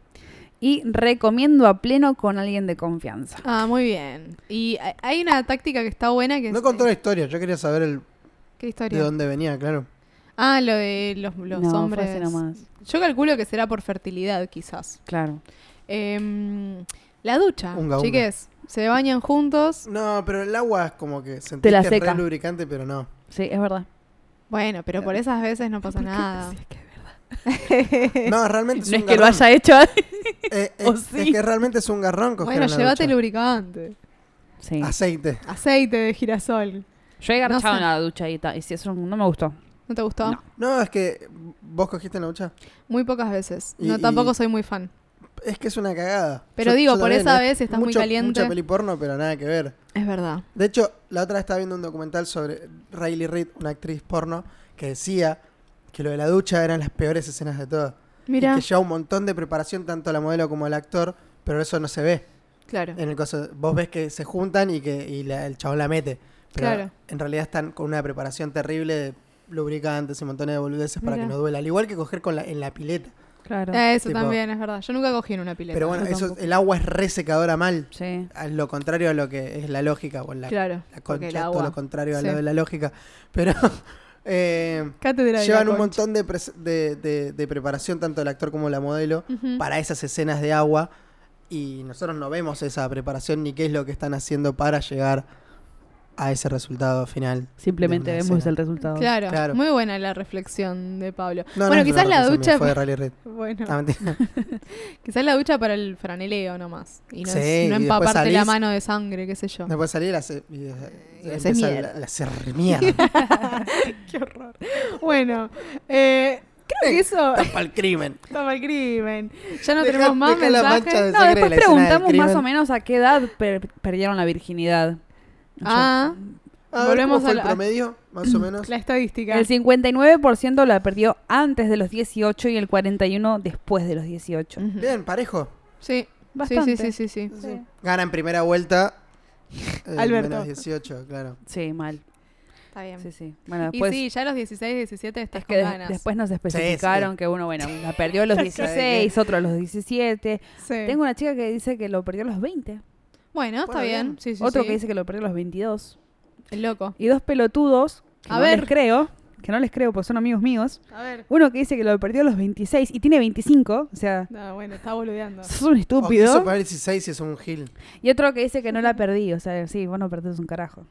Speaker 4: Y recomiendo a pleno con alguien de confianza.
Speaker 3: Ah, muy bien. Y hay- hay una táctica que está buena que es...
Speaker 5: No contó la historia, yo quería saber el,
Speaker 3: ¿Qué
Speaker 5: de
Speaker 3: historia?
Speaker 5: dónde venía, claro.
Speaker 3: Ah, lo de los, los
Speaker 4: No, fue
Speaker 3: hombres.
Speaker 4: así nomás.
Speaker 3: Yo calculo que será por fertilidad, quizás.
Speaker 4: Claro.
Speaker 3: Em, la ducha,
Speaker 5: Unga, unga.
Speaker 3: chiques. Se bañan juntos.
Speaker 5: No, pero el agua es como que sentís
Speaker 4: Te la
Speaker 5: que es re
Speaker 4: seca.
Speaker 5: lubricante, pero no.
Speaker 4: <laughs> Sí,
Speaker 3: <laughs>
Speaker 4: es verdad.
Speaker 3: Bueno, pero por esas veces no pasa nada.
Speaker 5: No, realmente es
Speaker 4: No
Speaker 5: un
Speaker 4: es que lo
Speaker 5: garrón.
Speaker 3: <laughs>
Speaker 4: haya hecho antes.
Speaker 5: Eh, eh,
Speaker 4: o
Speaker 5: es,
Speaker 4: sí.
Speaker 5: que realmente es un garrón coger
Speaker 3: Bueno,
Speaker 5: una
Speaker 3: llévate
Speaker 5: ducha.
Speaker 3: lubricante.
Speaker 4: Sí.
Speaker 5: Aceite.
Speaker 3: Aceite de girasol.
Speaker 4: Yo he
Speaker 3: garchado
Speaker 4: garchado
Speaker 3: en
Speaker 4: en la ducha y, eso no me gustó.
Speaker 3: ¿No te gustó?
Speaker 4: No.
Speaker 5: No, es que vos cogiste la ducha.
Speaker 3: Muy pocas veces.
Speaker 5: Y-
Speaker 3: No, tampoco
Speaker 5: y-
Speaker 3: soy muy fan.
Speaker 5: Es que es una cagada.
Speaker 3: Pero digo, por
Speaker 5: también,
Speaker 3: esa
Speaker 5: ¿eh?
Speaker 3: vez estás muy
Speaker 5: Mucho-
Speaker 3: caliente.
Speaker 5: Mucha peli porno, pero nada que ver.
Speaker 3: Es verdad.
Speaker 5: De hecho, la otra vez estaba viendo un documental sobre Riley Reid, una actriz porno, que decía que lo de la ducha eran las peores escenas de todas.
Speaker 3: Mira,
Speaker 5: Y que lleva un montón de preparación, tanto la modelo como el actor, pero eso no se ve.
Speaker 3: claro.
Speaker 5: En el caso, vos ves que se juntan y que y la- el chabón la mete. Pero
Speaker 3: Claro.
Speaker 5: en realidad están con una preparación terrible de lubricantes y montones de boludeces para
Speaker 3: Mirá.
Speaker 5: que no duela. Al igual que coger con la, en la pileta.
Speaker 4: Claro.
Speaker 3: Eh, eso
Speaker 5: tipo-
Speaker 3: también es verdad. Yo nunca cogí en una pileta. <laughs>
Speaker 5: Pero bueno, eh,
Speaker 4: yo
Speaker 5: eso,
Speaker 4: tampoco.
Speaker 5: el agua es resecadora mal.
Speaker 3: Eh.
Speaker 4: Sí.
Speaker 5: A lo contrario a lo que es la lógica. O la,
Speaker 3: claro.
Speaker 5: la
Speaker 3: porque
Speaker 5: concha,
Speaker 3: el
Speaker 5: todo
Speaker 3: agua.
Speaker 5: lo contrario a
Speaker 3: Sí.
Speaker 5: lo de la lógica. Pero <laughs> eh,
Speaker 3: Cátedra de
Speaker 5: llevan
Speaker 3: la
Speaker 5: un
Speaker 3: concha.
Speaker 5: montón de, pres- de- de- de preparación, tanto el actor como la modelo,
Speaker 3: Ujú.
Speaker 5: para esas escenas de agua. Y nosotros no vemos esa preparación ni qué es lo que están haciendo para llegar a ese resultado final.
Speaker 4: Simplemente
Speaker 5: de una
Speaker 4: vemos
Speaker 5: escena.
Speaker 4: el resultado.
Speaker 3: Claro,
Speaker 5: Claro.
Speaker 3: muy buena la reflexión de Pablo.
Speaker 5: No, no
Speaker 3: bueno,
Speaker 5: es una
Speaker 3: quizás la
Speaker 5: reflexión
Speaker 3: ducha. <laughs>
Speaker 5: mía, Fue de Rally Red.
Speaker 3: Bueno,
Speaker 5: Ah, mentira.
Speaker 3: quizás la ducha para el franeleo nomás. Y no,
Speaker 5: Sí,
Speaker 3: es- no
Speaker 5: y después
Speaker 3: empaparte la
Speaker 5: salís-
Speaker 3: mano de sangre, qué sé yo.
Speaker 5: Después salí y la hace. y- y
Speaker 3: hace
Speaker 5: empieza
Speaker 3: mierda.
Speaker 5: la- la <laughs> hace
Speaker 3: <laughs>
Speaker 5: re mierda.
Speaker 3: <laughs> Qué horror. Bueno, eh, creo que eso <laughs>
Speaker 5: Tapa el crimen.
Speaker 3: tapa el crimen. Ya no
Speaker 5: Deja-
Speaker 3: tenemos más
Speaker 5: deja la mancha
Speaker 3: mensajes.
Speaker 5: de-
Speaker 4: No,
Speaker 5: sangre
Speaker 4: después
Speaker 5: la escena del
Speaker 4: preguntamos más
Speaker 5: crimen.
Speaker 4: o menos a qué edad per- perdieron la virginidad.
Speaker 3: Ah,
Speaker 5: A ver,
Speaker 3: Volvemos
Speaker 5: ¿cómo fue
Speaker 3: a
Speaker 5: el
Speaker 3: la-
Speaker 5: promedio, más
Speaker 3: <clears throat>
Speaker 5: o menos.
Speaker 3: la estadística.
Speaker 4: El 59% la perdió antes de los 18 y el 41% después de los 18.
Speaker 3: Ujú.
Speaker 5: Bien, parejo.
Speaker 3: Sí.
Speaker 4: Bastante.
Speaker 3: Sí, sí, sí, Mm, sí, sí.
Speaker 5: Gana en primera vuelta. eh,
Speaker 3: Alberto.
Speaker 5: Menos 18, claro.
Speaker 4: Sí, mal.
Speaker 3: Está bien.
Speaker 4: Sí, sí. Bueno,
Speaker 3: Em, Y
Speaker 4: después,
Speaker 3: sí, ya a los 16, 17 estás
Speaker 4: es que
Speaker 3: pues con
Speaker 4: de-
Speaker 3: ganas.
Speaker 4: después nos especificaron que uno, bueno, la perdió
Speaker 3: <laughs>
Speaker 4: a los 16, otro a los 17.
Speaker 3: Sí.
Speaker 4: Tengo una chica que dice que lo perdió a los 20.
Speaker 3: Bueno, está
Speaker 5: Bueno,
Speaker 3: bien.
Speaker 5: bien.
Speaker 3: Sí, sí,
Speaker 4: Otro
Speaker 3: sí.
Speaker 4: que dice que lo perdió a los 22.
Speaker 3: El loco.
Speaker 4: Y dos pelotudos, que
Speaker 3: A
Speaker 4: no
Speaker 3: ver.
Speaker 4: les creo, que no les creo porque son amigos míos.
Speaker 3: A ver.
Speaker 4: Uno que dice que lo perdió a los 26 y tiene 25, o sea,
Speaker 3: No, bueno, está boludeando.
Speaker 4: sos un
Speaker 5: O quiso
Speaker 4: estúpido.
Speaker 5: poner 16 y es un gil.
Speaker 4: Y otro que dice que no la perdí, o sea, sí, vos no perdés un carajo.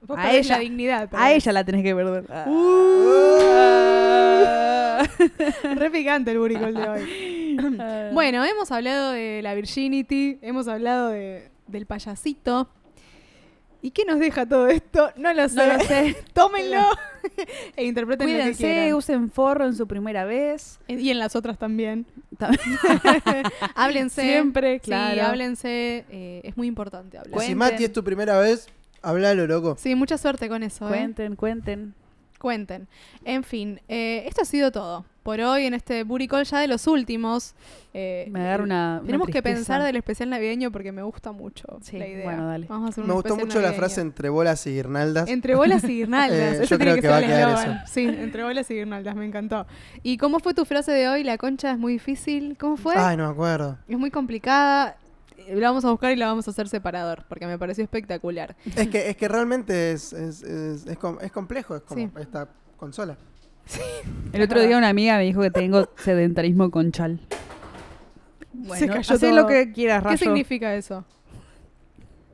Speaker 3: Vos
Speaker 4: A
Speaker 3: perdés la
Speaker 4: ella-
Speaker 3: dignidad. pero
Speaker 4: A ella la tenés que perder. Ah. <laughs>
Speaker 3: <laughs> Re picante el buricol de hoy.
Speaker 4: <laughs>
Speaker 3: bueno, hemos hablado de la virginity, hemos hablado de- del payasito. ¿Y qué nos deja todo esto? No lo sé.
Speaker 4: No lo sé.
Speaker 3: <laughs> Tómenlo e interpreten lo que
Speaker 4: Cuídense,
Speaker 3: quieran.
Speaker 4: usen forro en su primera vez.
Speaker 3: Y en las otras también.
Speaker 4: Tam-
Speaker 3: háblense.
Speaker 4: Siempre,
Speaker 3: Sí,
Speaker 4: claro.
Speaker 3: háblense. eh, es muy importante hablar.
Speaker 4: Cuenten.
Speaker 5: Si Mati es tu primera vez, hablalo, loco.
Speaker 3: Sí, mucha suerte con eso. ¿eh?
Speaker 4: Cuenten, cuenten.
Speaker 3: Cuenten. En fin, eh, esto ha sido todo. Por hoy en este Buricol ya de los últimos. eh,
Speaker 4: Me agarra una. una
Speaker 3: Tenemos que
Speaker 4: tristeza.
Speaker 3: pensar del especial navideño porque me gusta mucho
Speaker 4: Sí,
Speaker 3: la idea.
Speaker 4: bueno, dale.
Speaker 3: Vamos a hacer
Speaker 5: Me
Speaker 3: un
Speaker 5: gustó
Speaker 3: especial
Speaker 5: mucho la
Speaker 3: navideño.
Speaker 5: frase entre bolas y guirnaldas.
Speaker 3: Entre
Speaker 5: <laughs>
Speaker 3: bolas y guirnaldas.
Speaker 5: Eh,
Speaker 3: Ese
Speaker 5: yo
Speaker 3: tiene
Speaker 5: creo
Speaker 3: que,
Speaker 5: que
Speaker 3: ser
Speaker 5: va
Speaker 3: el
Speaker 5: a quedar
Speaker 3: eslogan. Sí, entre bolas y guirnaldas, me encantó. ¿Y cómo fue tu frase de hoy? La concha es muy difícil. ¿Cómo fue?
Speaker 5: Ay, no me
Speaker 3: <laughs>
Speaker 5: acuerdo.
Speaker 3: Es muy complicada. Eh, La vamos a buscar y la vamos a hacer separador porque me pareció espectacular.
Speaker 5: Es que, es que realmente es, es, es, es com- es complejo, es como esta consola.
Speaker 4: El otro día una amiga me dijo que tengo sedentarismo conchal.
Speaker 3: Se
Speaker 4: Bueno,
Speaker 3: cayó
Speaker 4: hacé
Speaker 3: todo.
Speaker 4: lo que quieras,
Speaker 3: ¿Qué
Speaker 4: rayo.
Speaker 3: significa eso?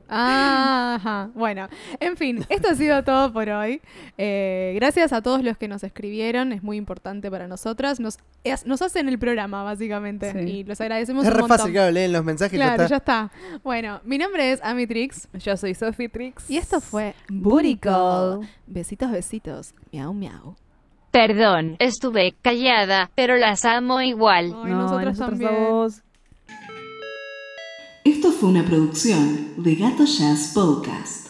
Speaker 3: Ah, Ajá. Bueno, en fin, <laughs> esto ha sido todo por hoy. Eh, gracias a todos los que nos escribieron, es muy importante para nosotras. Nos, es- nos hacen el programa, básicamente,
Speaker 4: Sí.
Speaker 3: y los agradecemos
Speaker 5: Es
Speaker 3: un
Speaker 5: re
Speaker 3: montón.
Speaker 5: fácil, claro, leen los mensajes y ya
Speaker 3: Claro,
Speaker 5: está.
Speaker 3: ya está. Bueno, mi nombre es Amitrix
Speaker 4: Yo soy Sophie Trix.
Speaker 3: y esto fue
Speaker 4: Booty
Speaker 3: Buricol.
Speaker 4: Call.
Speaker 3: Besitos, besitos. Miau, miau.
Speaker 6: Perdón, estuve callada, pero las amo igual.
Speaker 3: Ay, nosotras también.
Speaker 4: a vos.
Speaker 8: Esto fue una producción de Gato Jazz Podcast.